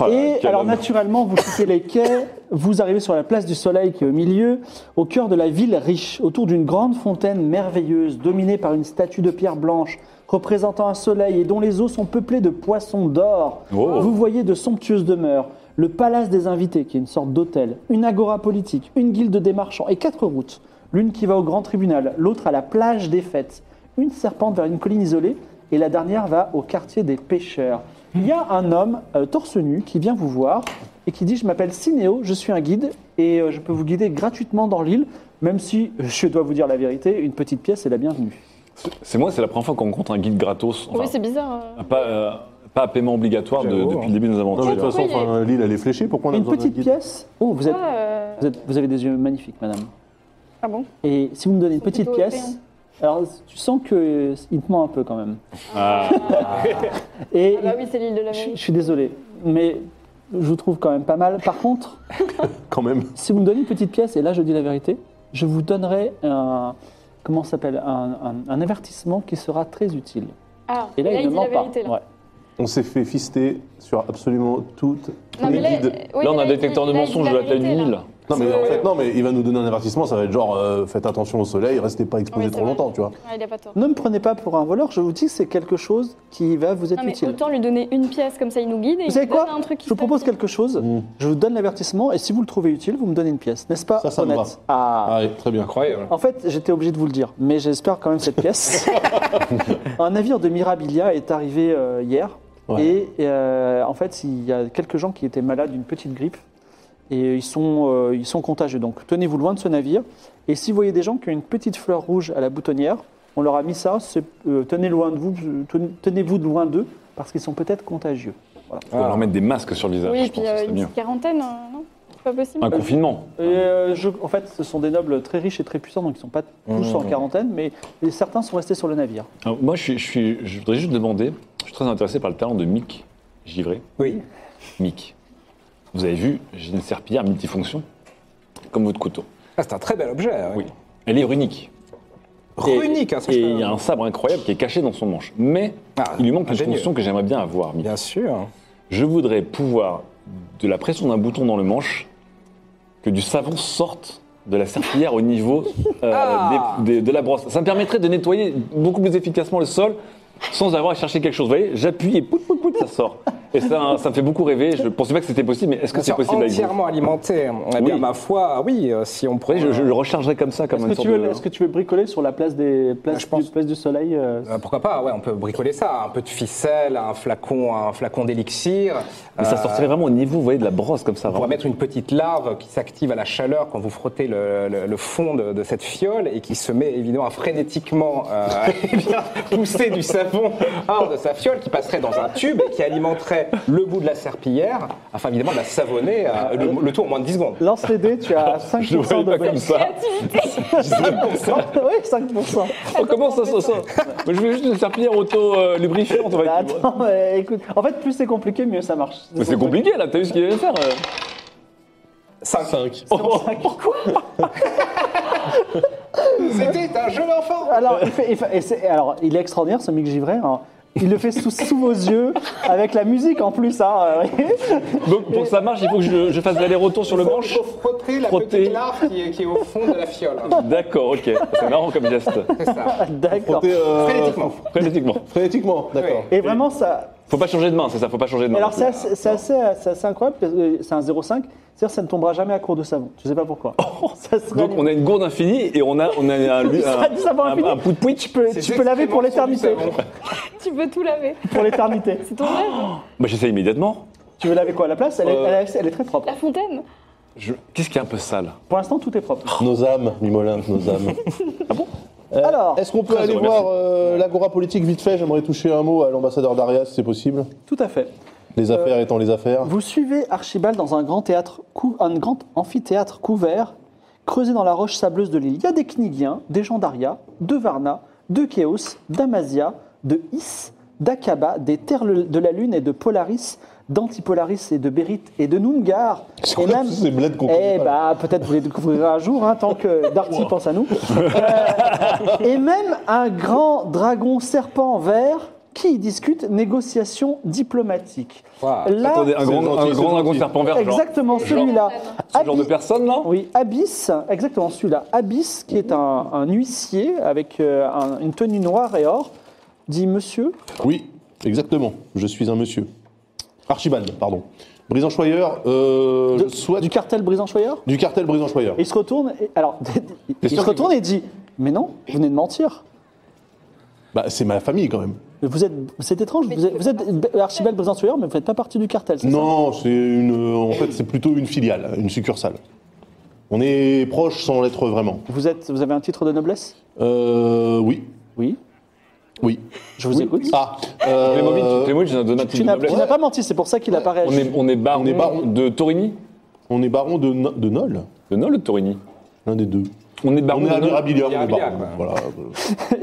Oh là là, Et quel alors homme. naturellement, vous quittez les quais, vous arrivez sur la place du Soleil qui est au milieu, au cœur de la ville riche, autour d'une grande fontaine merveilleuse, dominée par une statue de pierre blanche représentant un soleil et dont les eaux sont peuplées de poissons d'or. Oh. Vous voyez de somptueuses demeures, le palace des invités qui est une sorte d'hôtel, une agora politique, une guilde des marchands et quatre routes, l'une qui va au grand tribunal, l'autre à la plage des fêtes, une serpente vers une colline isolée et la dernière va au quartier des pêcheurs. Il y a un homme euh, torse nu qui vient vous voir et qui dit je m'appelle Cinéo, je suis un guide et euh, je peux vous guider gratuitement dans l'île, même si euh, je dois vous dire la vérité, une petite pièce est la bienvenue. C'est moi, c'est la première fois qu'on rencontre un guide gratos. Enfin, Oui, c'est bizarre. euh. pas, euh, pas à paiement obligatoire de- J'avoue, depuis hein. le début de nos Non, mais de aventures. toute façon, Pourquoi il y a- enfin, l'île, elle est fléchée. Pourquoi on a Une besoin d'un petite guide pièce Oh, vous, êtes, Ouais, euh, vous, êtes- vous avez des yeux magnifiques, madame. Ah bon Et si vous me donnez une Ils sont petite plutôt pièce, alors tu sens que euh, il te ment un peu quand même. Ah, [LAUGHS] Et Ah bah oui, c'est l'île de la je, je vérité. suis désolé, mais je vous trouve quand même pas mal. Par contre, Quand même. si vous me donnez une petite pièce, et là je dis la vérité, je vous donnerai un comment ça s'appelle un, un- un avertissement qui sera très utile. Ah, Et là, il ne dit ment la pas. vérité, là. Ouais. On s'est fait fister sur absolument toutes tous Non, mais les là, guides. euh, oui, là, on mais a un il dit- détecteur de là, il dit mensonges de la taille vérité, d'une île. là. Non mais c'est- en fait non mais il va nous donner un avertissement ça va être genre euh, faites attention au soleil restez pas Oui, exposés c'est trop vrai. longtemps tu vois Ah, il a pas tort. Ne me prenez pas pour un voleur, je vous dis que c'est quelque chose qui va vous être Non, mais utile. autant lui donner une pièce, comme ça il nous guide. Et Vous savez il nous donne quoi un truc qui Je vous propose s'appelle- quelque chose, Mm. je vous donne l'avertissement et si vous le trouvez utile, vous me donnez une pièce. N'est-ce pas Ça, ça me honnête va. Ah. ah ouais, très bien Incroyable. En fait, j'étais obligé de vous le dire, mais j'espère quand même cette pièce. un navire de Mirabilia est arrivé euh, hier. Ouais. Et euh, en fait, il y a quelques gens qui étaient malades d'une petite grippe. Et ils sont, euh, ils sont contagieux. Donc tenez-vous loin de ce navire. Et si vous voyez des gens qui ont une petite fleur rouge à la boutonnière, on leur a mis ça. c'est, euh, tenez loin de vous, tenez- tenez-vous de loin d'eux, parce qu'ils sont peut-être contagieux. On va leur mettre des masques sur le visage. Oui, je et puis pense que euh, c'est une mieux. petite quarantaine, euh, non pas possible. Un confinement. Et, euh, je- en fait, ce sont des nobles très riches et très puissants, donc ils ne sont pas tous en quarantaine, mais et certains sont restés sur le navire. Alors, moi, je, suis- je suis- je voudrais juste demander, je suis très intéressé par le talent de Mick Givré. Oui. Mick, vous avez vu, j'ai une serpillière multifonction, comme votre couteau. Ah, c'est un très bel objet. ouais. Oui. Elle est runique. Et- Runique, hein, ça, Et je- il y a un sabre incroyable qui est caché dans son manche. Mais Ah, il lui manque une ingénieux. fonction que j'aimerais bien avoir, Mick. Bien sûr. Je voudrais pouvoir, de la pression d'un bouton dans le manche, que du savon sorte de la serpillière au niveau euh, [LAUGHS] Ah. des- des- de la brosse. Ça me permettrait de nettoyer beaucoup plus efficacement le sol sans avoir à chercher quelque chose. Vous voyez, j'appuie et pout, pout, pout, ça sort. Et ça, ça me fait beaucoup rêver. Je ne pensais pas que c'était possible, mais est-ce que c'est C'est possible avec vous entièrement alimenté. Eh bien, Oui. ma foi, oui, euh, si on Vous pourrait. voyez, je, je le rechargerais comme ça, comme Est-ce une que, sorte tu veux- de... est-ce que tu veux bricoler sur la place, des, Bah, place, je pense- du, place du soleil euh, Ah, Euh, pourquoi pas Ouais, on peut bricoler ça. Un peu de ficelle, un flacon, un flacon d'élixir. Mais ça Euh, sortirait vraiment au niveau, vous voyez, de la brosse comme ça. On Ah pourrait vraiment. mettre une petite larve qui s'active à la chaleur quand vous frottez le, le- le fond de, de cette fiole et qui se met évidemment à frénétiquement euh, [LAUGHS] eh bien, pousser du savon hors de sa fiole qui passerait dans un tube et qui alimenterait le bout de la serpillière afin évidemment de la savonner Ah, euh, le, le tout en moins de 10 secondes. Lance les dés, tu as 5% [LAUGHS] Je le voyais de pas bonus. comme ça. [LAUGHS] oui, [LAUGHS] 5%. Oh, comment ça, ça, ça Je veux juste une serpillière auto-lubrifiante. euh, on va Bah, être- attends, mais écoute. En fait, plus c'est compliqué, mieux ça marche. Mais c'est compliqué là, t'as vu ce qu'il allait faire euh 5. Pourquoi C'était un jeu d'enfant alors il, fait- il fait- et c'est- alors, il est extraordinaire ce Mick Givray. hein. Il le fait sous, sous vos yeux, avec la musique en plus. hein, euh, Donc pour que ça marche, il faut que je, je fasse l'aller-retour sur le manche. Il faut frotter la Frotter. petite larve qui est, qui est au fond de la fiole. D'accord, ok. C'est marrant comme geste. C'est ça. [LAUGHS] D'accord. Frotter, euh, Frénétiquement. Frénétiquement. Frénétiquement, d'accord. Et vraiment, ça, Faut pas changer de main, c'est ça, faut pas changer de Mais main. alors, c'est assez, c'est assez, c'est assez incroyable, parce que c'est un 0,5, c'est-à-dire que ça ne tombera jamais à court de savon. Je sais pas pourquoi. ça serait Oh. Donc on a une gourde infinie et on a, on a un, [LAUGHS] Ça, du savon infini. un, pout tu peux, tu peux laver pour l'éternité. [LAUGHS] Tu peux tout laver. Pour l'éternité. C'est ton rêve. Bah j'essaie immédiatement. tu veux laver quoi La place, elle est, Euh. elle est- elle est très propre. La fontaine. Je- Qu'est-ce qui est un peu sale Pour l'instant, tout est propre. Nos âmes, Mimolin, [LAUGHS] nos âmes. ah bon Alors. Est-ce qu'on peut aller heureux, voir euh, l'agora politique vite fait J'aimerais toucher un mot à l'ambassadeur d'Arias, si c'est possible. Tout à fait. Les affaires étant les affaires. Euh, [LAUGHS] Vous suivez Archibald dans un grand, théâtre cou- un grand amphithéâtre couvert, creusé dans la roche sableuse de l'île. Il y a des Knigiens, des gens d'Aria, de Varna, de Chaos, d'Amazia, de Is, d'Akaba, des terres le- de la Lune et de Polaris, d'Antipolaris et de Bérite et de Noumgar. C'est Et quoi tous ces bleds qu'on connaît Eh pas, bah, peut-être vous les découvrirez un jour, hein, tant que Darty pense à [LAUGHS] nous. Euh, et même un grand dragon serpent vert qui discute négociation diplomatique. Wow. Là- Attendez, un C'est grand, gentil, un c'est grand dragon gentil. serpent vert. genre. Exactement celui-là. Ce genre de Abi- personne là Oui, Abyss, exactement celui-là. Abyss, qui est un, un huissier avec euh, un- une tenue noire et or, dit Monsieur, Oui, exactement. Je suis un monsieur. Archibald, pardon. Brisanchoyeur, euh, de- je souhaite... du cartel Brisanchoyeur du cartel Brisanchoyeur. Et il se retourne, et, alors, [LAUGHS] il sûr se qu'il- retourne et dit Mais non, vous venez de mentir. Bah, c'est ma famille, quand même. Vous êtes, c'est étrange, vous êtes, vous êtes Archibald Brisanchoyeur, mais vous ne faites pas partie du cartel, c'est ça Non, c'est une... En fait, c'est plutôt une filiale, une succursale. On est proche sans l'être vraiment. vous, êtes, vous avez un titre de noblesse Euh... Oui. Oui, Oui. je vous écoute. Ah euh, Clémovic, Clémovic, j'ai donné un titre tu de n'as, tu noblesse. n'as pas menti, c'est pour ça qu'il a pas On réagi. est, on est baron, On est baron. de Torini On est baron de, No- de Nol De Nol ou de Torini L'un des deux. On est baron on est de Nol. admirabilia, on est Admirabilia, baron. quoi. Voilà.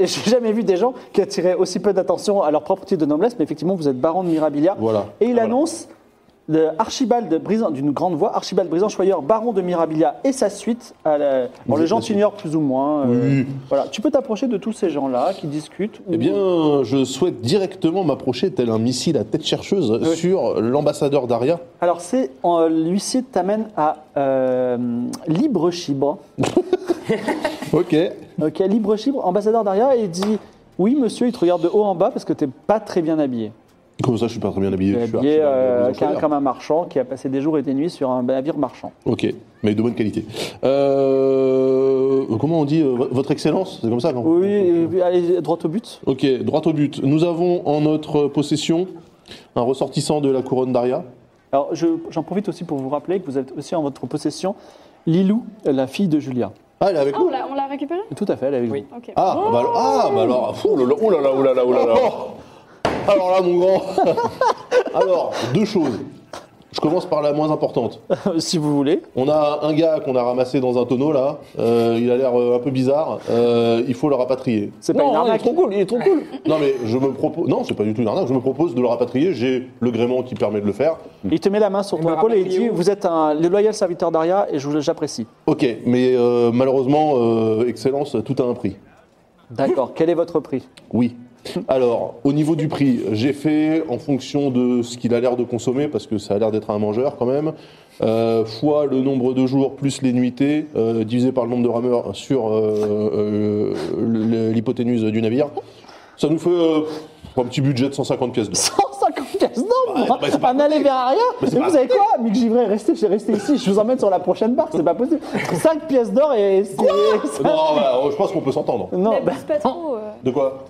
[LAUGHS] Et J'ai jamais vu des gens qui attiraient aussi peu d'attention à leur propre titre de noblesse, mais effectivement, vous êtes baron de Mirabilia. Voilà. Et il annonce le Archibald de Brisan, d'une grande voix, Archibald Brisan-Choyeur, baron de Mirabilia et sa suite, à la- bon, le êtes la gentilhomme plus ou moins. euh, Oui. Voilà. Tu peux t'approcher de tous ces gens-là qui discutent. ou- Eh bien, je souhaite directement m'approcher, tel un missile à tête chercheuse, Oui. sur l'ambassadeur d'Aria. Alors, c'est euh, l'huissier t'amène à euh, Libre Chibre. Ok. Ok, Euh, Libre Chibre, ambassadeur d'Aria, et il dit Oui, monsieur, il te regarde de haut en bas parce que t'es pas très bien habillé. Comme ça, je suis pas très bien habillé. je suis habillé archi- euh, dans les comme un marchand qui a passé des jours et des nuits sur un navire marchand. Ok, mais de bonne qualité. Euh, comment on dit euh, vo- Votre Excellence C'est comme ça, non Oui, euh, oui, allez droit au but. Ok, droit au but. Nous avons en notre possession un ressortissant de la couronne d'Aria. Alors, je- j'en profite aussi pour vous rappeler que vous êtes aussi en votre possession Lilou, la fille de Julien. Ah, elle est avec Ah, nous on l'a on l'a récupéré Tout à fait, elle est avec Oui. vous. Ok. Ah, bah alors, ah, bah alors, fou, oh là là, oh là là, oh là [LAUGHS] là, oh là là. Alors là, mon grand. alors, deux choses. Je commence par la moins importante. [LAUGHS] si vous voulez. On a un gars qu'on a ramassé dans un tonneau là. Euh, il a l'air euh, un peu bizarre. Euh, il faut le rapatrier. C'est pas une Non, il est arnaque. trop cool, il est trop cool. Non mais je me propose. Non, c'est pas du tout une arnaque. Je me propose de le rapatrier. J'ai le gréement qui permet de le faire. Il te met la main sur ton m'a épaule et il rapatrié dit où Vous êtes un le loyal serviteur d'Aria et je- j'apprécie. Ok, mais euh, malheureusement, euh, Excellence, tout a un prix. D'accord. Quel est votre prix Oui. Alors, au niveau du prix, j'ai fait en fonction de ce qu'il a l'air de consommer, parce que ça a l'air d'être un mangeur quand même, euh, fois le nombre de jours plus les nuitées, euh, divisé par le nombre de rameurs sur euh, euh, l'hypoténuse du navire. Ça nous fait euh, un petit budget de 150 pièces d'or. 150 pièces d'or bah, c'est pas hein. Un aller vers Aria Mais c'est Mais pas vous savez quoi Mick Givray, restez, j'ai resté ici, je vous emmène sur la prochaine barque, c'est pas possible. 5 pièces d'or et c'est. Non, bah, je pense qu'on peut s'entendre. Non, bah, N'abuse pas trop. euh. De quoi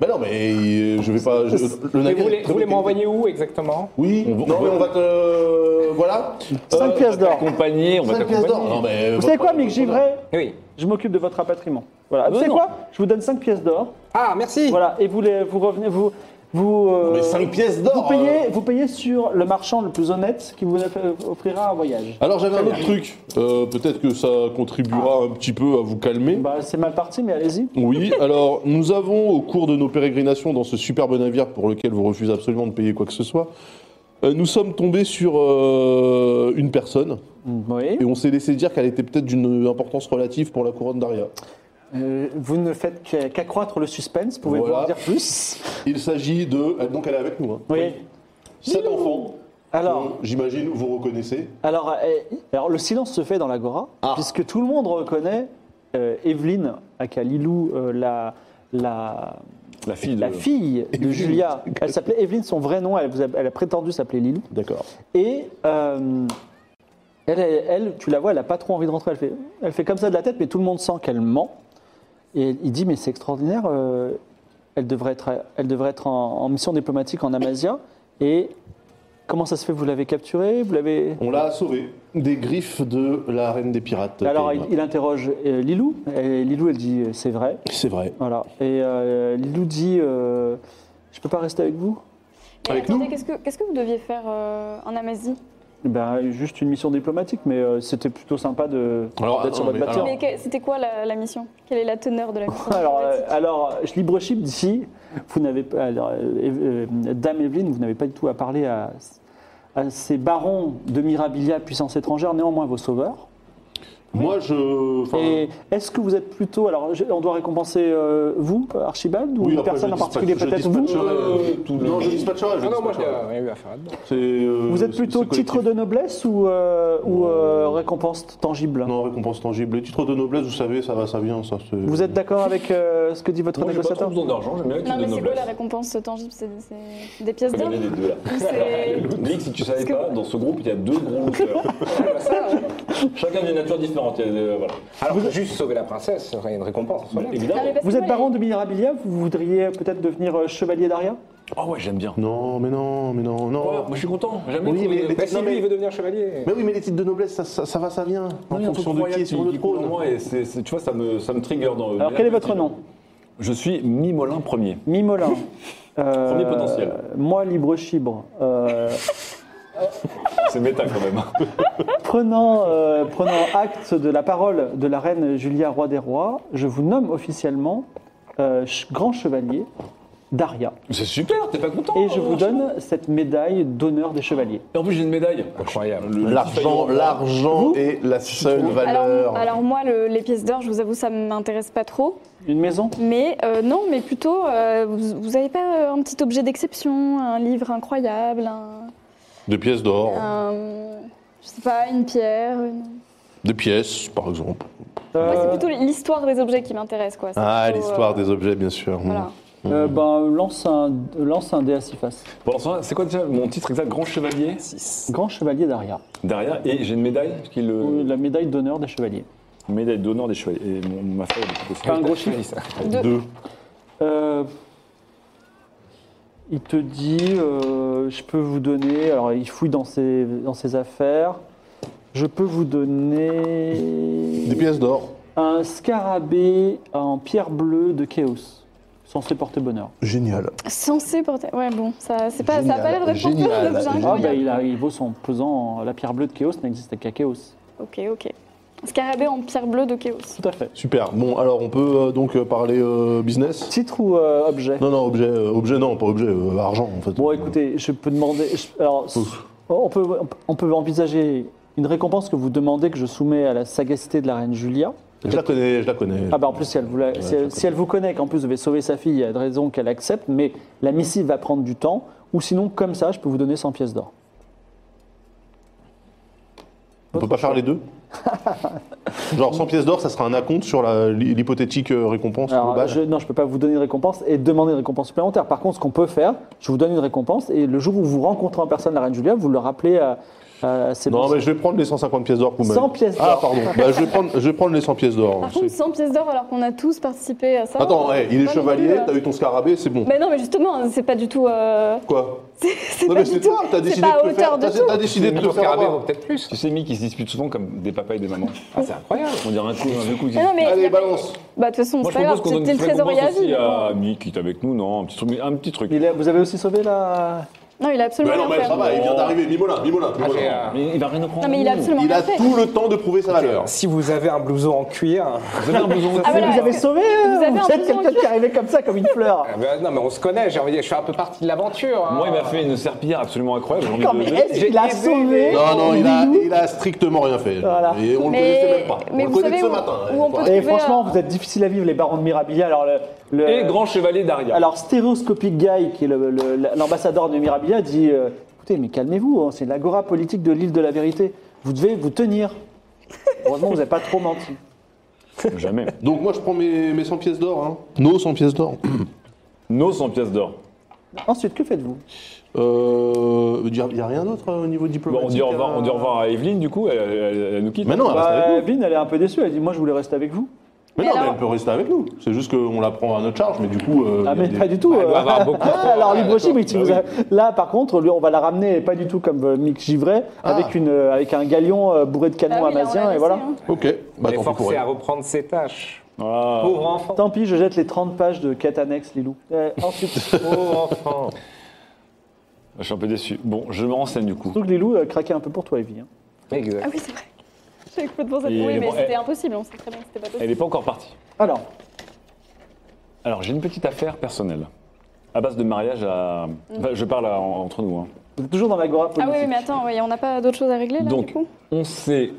Bah non, mais euh, je vais pas. je- le Mais navire vous voulez, est vous très voulez mécanique. m'envoyer où exactement Oui, On va- non, mais on va te. euh, Voilà. 5 pièces d'or. Accompagné, on va Cinq pièces t'accompagner. d'or. Non, mais Vous votre- savez quoi, Mick Givray Oui. Je m'occupe de votre rapatriement. Voilà. Ah Vous bah savez non. quoi Je vous donne 5 pièces d'or. Ah, merci Voilà. Et vous, les, vous revenez, vous. vous euh, Mais 5 pièces d'or euh. Vous payez, vous payez sur le marchand le plus honnête qui vous offrira un voyage. Alors j'avais un autre truc, Euh, peut-être que ça contribuera un petit peu à vous calmer. Bah, c'est mal parti, mais allez-y. Oui, alors nous avons au cours de nos pérégrinations dans ce superbe navire pour lequel vous refusez absolument de payer quoi que ce soit, euh, nous sommes tombés sur euh, une personne Oui. et on s'est laissé dire qu'elle était peut-être d'une importance relative pour la couronne d'Aria. Euh, vous ne faites qu'à- qu'accroître le suspense. Pouvez-vous Voilà. en dire plus Il s'agit de... Donc elle est avec nous. Hein. Oui. Cet enfant, Alors. que, j'imagine vous reconnaissez. Alors, euh, alors, le silence se fait dans l'agora, Ah. puisque tout le monde reconnaît euh, Evelyne, aka Lilou, euh, la, la, La fille de. la fille de Julia. Elle s'appelait Evelyne, son vrai nom, elle, vous a, elle a prétendu s'appeler Lilou. D'accord. Et euh, elle, elle- elle, tu la vois, elle n'a pas trop envie de rentrer. Elle fait, elle fait comme ça de la tête, mais tout le monde sent qu'elle ment. Et il dit, mais c'est extraordinaire, euh, elle devrait être, elle devrait être en, en mission diplomatique en Amasia. Et comment ça se fait Vous l'avez capturée Vous l'avez... On l'a sauvé des griffes de la reine des pirates. Alors, il, Kaïma. il interroge euh, Lilou. Et Lilou, elle dit euh, c'est vrai. C'est vrai. Voilà. Et euh, Lilou dit euh, je peux pas rester avec vous. Mais Avec attendez, nous qu'est-ce que, qu'est-ce que vous deviez faire euh, en Amazie Ben, juste une mission diplomatique, mais euh, c'était plutôt sympa de Alors, d'être sur non, votre mais bateau. Mais que- c'était quoi la, la mission Quelle est la teneur de la mission [LAUGHS] Alors, euh, diplomatique alors, je libre chip d'ici. Vous n'avez pas, alors, euh, euh, Dame Evelyne, vous n'avez pas du tout à parler à, à ces barons de Mirabilia, puissance étrangère, néanmoins vos sauveurs. Moi, je. enfin, Et est-ce que vous êtes plutôt, alors, je- on doit récompenser euh, vous, Archibald, ou oui, une après, personne je en particulier, dispatche- je peut-être vous dispatcherai, euh, tout le- Ah Non, je dispatcherai. Je Non, non, moi, j'ai dispatcherai. rien eu à faire là-dedans. C'est, euh, Vous êtes c'est- plutôt c'est collectif. titre de noblesse ou, euh, ou euh, récompense tangible Non, récompense tangible. Les titres de noblesse, vous savez, ça va, ça vient. Ça, c'est- Vous êtes d'accord avec euh, ce que dit votre Moi, j'ai pas trop négociateur besoin d'argent, j'aime bien les titres de Non, euh, mais c'est quoi noblesse. la récompense tangible C'est c'est des pièces Faut d'or gagner les deux là. Ou [LAUGHS] c'est- [LAUGHS] Blix, si tu Parce savais que- pas, dans ce groupe, il y a deux gros lutteurs. hein. Chacun d'une nature différente. il y a des- euh, voilà. Alors, juste sauver la princesse serait une récompense. voilà. Non, mais Évidemment. parce Vous que êtes moi, baron de Mirabilia, vous voudriez peut-être devenir euh, chevalier d'Aria Ah ouais, j'aime bien. Non, mais non, mais non, non. Ouais, moi, je suis content. J'aime bien Oh. Oui, trouver mais- des- Mais si Non, mais- lui, il veut devenir chevalier. Mais oui, mais les titres de noblesse, ça, ça- ça va, ça vient. Non, il y a un en truc fonction de qui royal est sur qui- le qui coule en trône. moi et c'est- c'est- tu vois, ça me, ça me trigger dans. Alors, quel est votre nom Je suis Mimolin Premier. Mimolin. [LAUGHS] Euh, Premier potentiel. Moi, libre chibre. Euh, C'est méta quand [LAUGHS] même. prenant, euh, prenant acte de la parole de la reine Julia, roi des rois, je vous nomme officiellement euh, ch- grand chevalier d'Aria. C'est super, t'es pas content Et je Oh, vous donne cette médaille d'honneur des chevaliers. Et En plus, j'ai une médaille. Incroyable. Le- le petit L'argent, faillot. l'argent est la seule valeur. Alors, alors moi, le- les pièces d'or, je vous avoue, ça m'intéresse pas trop. Une maison Mais euh, non, mais plutôt, euh, vous vous avez pas euh, un petit objet d'exception, un livre incroyable, un, Des pièces d'or, Euh. un- je sais pas, une pierre. une- des pièces, par exemple. Moi, c'est Euh, plutôt l'histoire des objets qui m'intéresse, quoi. C'est Ah, plutôt, l'histoire euh, des objets, bien sûr. Voilà. Euh, ben, lance un, lance un dé à six faces. Pendant ce temps-là, c'est quoi déjà mon titre exact Grand Chevalier Grand chevalier d'Aria. Derrière, et j'ai une médaille qui est le. Euh, La médaille d'honneur des chevaliers. Médaille d'honneur des chevaliers. Et mon, ma feuille, elle est aussi. Pas un gros chiffre. Deux. Deux. Euh, il te dit, euh, je peux vous donner. Alors, il fouille dans ses, dans ses affaires. Je peux vous Des donner pièces d'or. un scarabée en pierre bleue de Chaos. censé porter bonheur. Génial. Censé porter. Ouais, bon, ça c'est pas, ça a pas l'air de Génial, répondre, donc j'ai génial. Ah, incroyable. bah, il, a- il vaut son pesant. en- La pierre bleue de Chaos n'existe qu'à Chaos. Ok, ok. Scarabée en pierre bleue de Chaos. Tout à fait. Super. Bon, alors on peut euh, donc euh, parler euh, business Titre ou euh, objet Non, non, objet, euh, objet, non, pas objet, euh, argent en fait. Bon, écoutez, je peux demander. je- alors, on peut, on peut envisager une récompense que vous demandez que je soumets à la sagacité de la reine Julia. Je la connais, je la connais. Ah bah en plus si elle vous, la- si elle, si elle vous connaît qu'en plus vous devez sauver sa fille, il y a de raison qu'elle accepte, mais la missive va prendre du temps, ou sinon comme ça je peux vous donner 100 pièces d'or. on peut pas [LAUGHS] faire les deux Genre 100 pièces d'or, ça sera un acompte sur la- l'hypothétique euh, récompense Alors globale. je, non je peux pas vous donner de récompense et demander une récompense supplémentaire. Par contre ce qu'on peut faire, je vous donne une récompense et le jour où vous rencontrez en personne la reine Julia, vous le rappelez à, à ses Non, bons- mais je vais prendre les 150 pièces d'or pour 100 pièces d'or. Ah, [LAUGHS] pardon. Bah, je, vais prendre, je vais prendre les 100 pièces d'or. Par C'est- contre, 100 pièces d'or alors qu'on a tous participé à ça. Attends, euh, hey, il est pas non chevalier, plus, euh, t'as eu ton scarabée, c'est bon. Mais non, mais justement, hein, c'est pas du tout. euh, Quoi C'est [LAUGHS] c'est Non, pas mais du c'est tout. toi, t'as C'est décidé pas à de te faire. hauteur de T'as t'as tout. décidé de te Micro faire scarabée avoir. vaut peut-être plus. Tu sais, Mick, ils se disputent souvent comme des papas et des mamans. Ah, c'est incroyable. On dirait un coup, un vieux coup. ils disent, Mais non, mais y Allez, a pas- balance Bah, de toute façon, Moi, c'est je pas grave, propose qu'on donne c'était une le trésorier à récompense vie. aussi euh, mais bon. à Mick, qui est avec nous, non Un petit truc. mais- Un petit truc. Il est- vous avez aussi sauvé la... Non, il a Mais absolument non, mais rien ça fait. va, il vient d'arriver. Mimolin, Mimolin, Ah, c'est, Mimolin. euh, Mais il va rien prendre. Non, mais il a absolument Il a rien fait. tout le temps de prouver sa valeur. Si vous avez un blouson en cuir. Venez un blouson. Ah, voilà, vous avez est-ce que- sauvé vous euh, avez Vous un êtes blouson quelqu'un qui- qui arrivait comme ça, comme une fleur Euh, Ah ben, non, mais on se connaît, j'ai envie, je suis un peu partie de l'aventure. hein. Moi, il m'a fait une serpillière absolument incroyable. J'ai envie Non de- mais de- est-ce j'ai qu'il a aidé, sauvé mais- Non, non, il a, Lilou il a strictement rien fait. Voilà. Et on le connaissait même Mais, pas. mais on le vous connaît savez que ce où, matin. hein, où on peut Et trouver. franchement, euh, vous êtes difficile à vivre, les barons de Mirabilia. Alors, le, le- Euh, Et grand chevalier d'Aria. alors Stéréoscopic Guy, qui est le- le- l'ambassadeur de Mirabilia, dit euh, Écoutez, mais calmez-vous, hein, c'est l'agora politique de l'île de la vérité. Vous devez vous tenir. Heureusement, vous n'avez pas trop [LAUGHS] menti. Jamais. Donc moi, je prends mes, mes 100 pièces d'or. Hein. Nos 100 pièces d'or. Nos 100 pièces d'or. Ensuite, que faites-vous Euh, Il n'y a, rien d'autre euh, au niveau Bon, diplomatique on, dit au revoir, euh, on dit au revoir à Evelyne, du coup, elle, elle- elle nous quitte. Mais non, elle reste Bah, Ah, avec nous. Vin, elle est un peu déçue. Elle dit Moi, je voulais rester avec vous. Mais non, Mais mais alors- elle peut rester avec nous. C'est juste qu'on la prend à notre charge, mais du coup... euh, Ah, il y a mais des- pas du tout. Elle doit euh. avoir beaucoup. euh, Ah, alors, libre aussi, mais si Bah vous avez- là, par contre, lui, on va la ramener, pas du tout comme euh, Mick Givray, Ah. avec, une, euh, avec un galion euh, bourré de Ah canons oui, là, on amasiens, l'a et laissé, voilà. hein. Ok, bah Elle est tant pis pour forcée à elle. reprendre ses tâches. Ah. Pauvre enfant. Tant pis, je jette les 30 pages de quête annexe, Lilou. Euh, [LAUGHS] ensuite, Pauvre enfant. Je suis un peu déçu. Bon, je me renseigne du coup. donc Lilou euh, craquait un peu pour toi, Evie. hein. Ah Exact. oui, c'est vrai. J'avais complètement ça. Et Oui, mais bon, c'était elle- impossible, on sait très bien que c'était pas Elle possible. n'est pas encore partie. Alors, Alors, j'ai une petite affaire personnelle. À base de mariage à. Enfin, je parle à- en- entre nous. hein. vous êtes toujours dans l'agora Ah politique. oui, mais attends, ouais, on n'a pas d'autres choses à régler là, Eh ben, du Donc, coup on sait.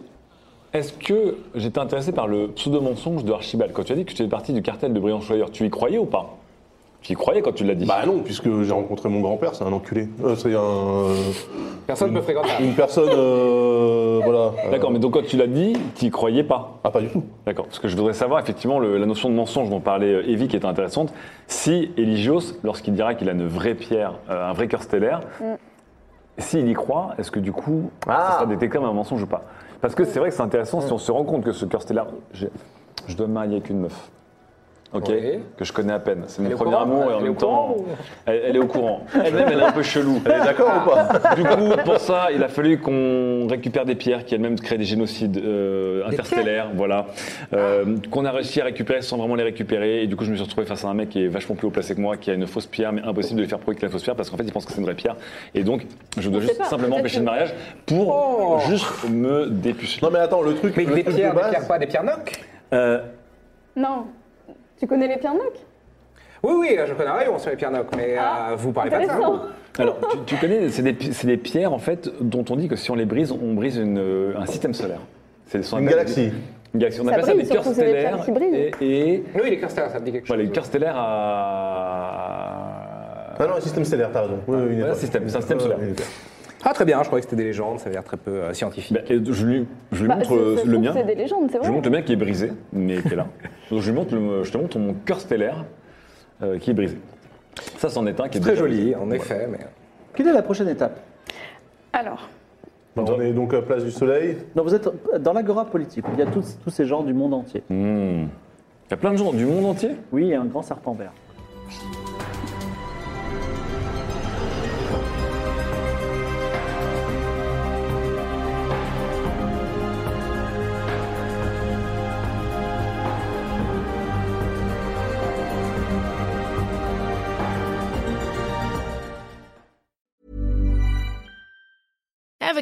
Est-ce que j'étais intéressé par le pseudo-mensonge de Archibald quand tu as dit que tu étais partie du cartel de Brian Schreier Tu y croyais ou pas Tu y croyais quand tu l'as dit Bah non, puisque j'ai rencontré mon grand-père, c'est un enculé. Euh, c'est un... Personne ne peut fréquenter. un- Une personne... euh, voilà. Euh, D'accord, mais donc quand tu l'as dit, tu y croyais pas Ah, pas du tout. D'accord, parce que je voudrais savoir effectivement le- la notion de mensonge dont parlait euh, Evie qui est intéressante. Si Eligios, lorsqu'il dira qu'il a une vraie pierre, euh, un vrai cœur stellaire, s'il y croit, est-ce que du coup Mm. Ah. Mm. ça sera détecté comme un mensonge ou pas Parce que c'est vrai que c'est intéressant si on se rend compte que ce cœur stellaire, j'ai- je dois me marier avec une meuf. Ok, Ouais. que je connais à peine. C'est Elle est mon au premier courant amour et en Elle est même au courant temps, ou- elle, elle est au courant. Elle-même, elle est un peu chelou. Elle est D'accord ou pas du coup, pour ça, il a fallu qu'on récupère des pierres qui elles-mêmes créent des génocides euh, interstellaires, voilà. Euh, Ah. Qu'on a réussi à récupérer sans vraiment les récupérer. Et du coup, je me suis retrouvé face à un mec qui est vachement plus haut placé que moi, qui a une fausse pierre, mais impossible de lui faire prouver qu'il a une fausse pierre parce qu'en fait, il pense que c'est une vraie pierre. Et donc, je dois On juste sait pas, simplement peut-être empêcher que- Oh. le mariage pour juste me dépucher. Non mais attends, le truc... Mais le des truc de pierres, des base- pierres quoi Des pierres noc Euh, Non. Tu connais les pierres noc Oui, oui, je connais un rayon sur les pierres noc, mais euh, vous parlez pas de ça. Ah, Intéressant. alors, tu, tu connais, c'est des, pi- c'est des pierres en fait dont on dit que si on les brise, on brise une, euh, un système solaire. C'est ce qu'on Une appelle- galaxie. Une galaxie. On Ça appelle ça brille, des cœurs surtout, c'est des pierres stellaires. qui brillent. et, et- Oui, les cristaux, ça me dit quelque chose. Voilà, le cœur stellaire à. Ah non, un système stellaire, t'as raison. Oui, oui, une Voilà, étoile. système, c'est un système Ouais, solaire. une étoile. Ah, très bien, je croyais que c'était des légendes, ça avait l'air très peu euh, scientifique. Bah, et je lui, je lui Bah, montre c'est- euh, ça se le trouve, mien. C'est des légendes, c'est Je vrai. lui montre le mien qui est brisé, mais qui est [LAUGHS] là. Donc je, lui montre le- je te montre mon cœur stellaire euh, qui est brisé. Ça, c'en est un qui est Très déjà joli, brisé. en Voilà. effet, mais. euh, Quelle est la prochaine étape Alors, Bon, Bah, on est donc à Place du Soleil. Donc, Vous êtes dans l'agora politique, où il y a tous, tous ces gens du monde entier. Hmm. Il y a plein de gens du monde entier. Oui, il y a un grand serpent vert. Ever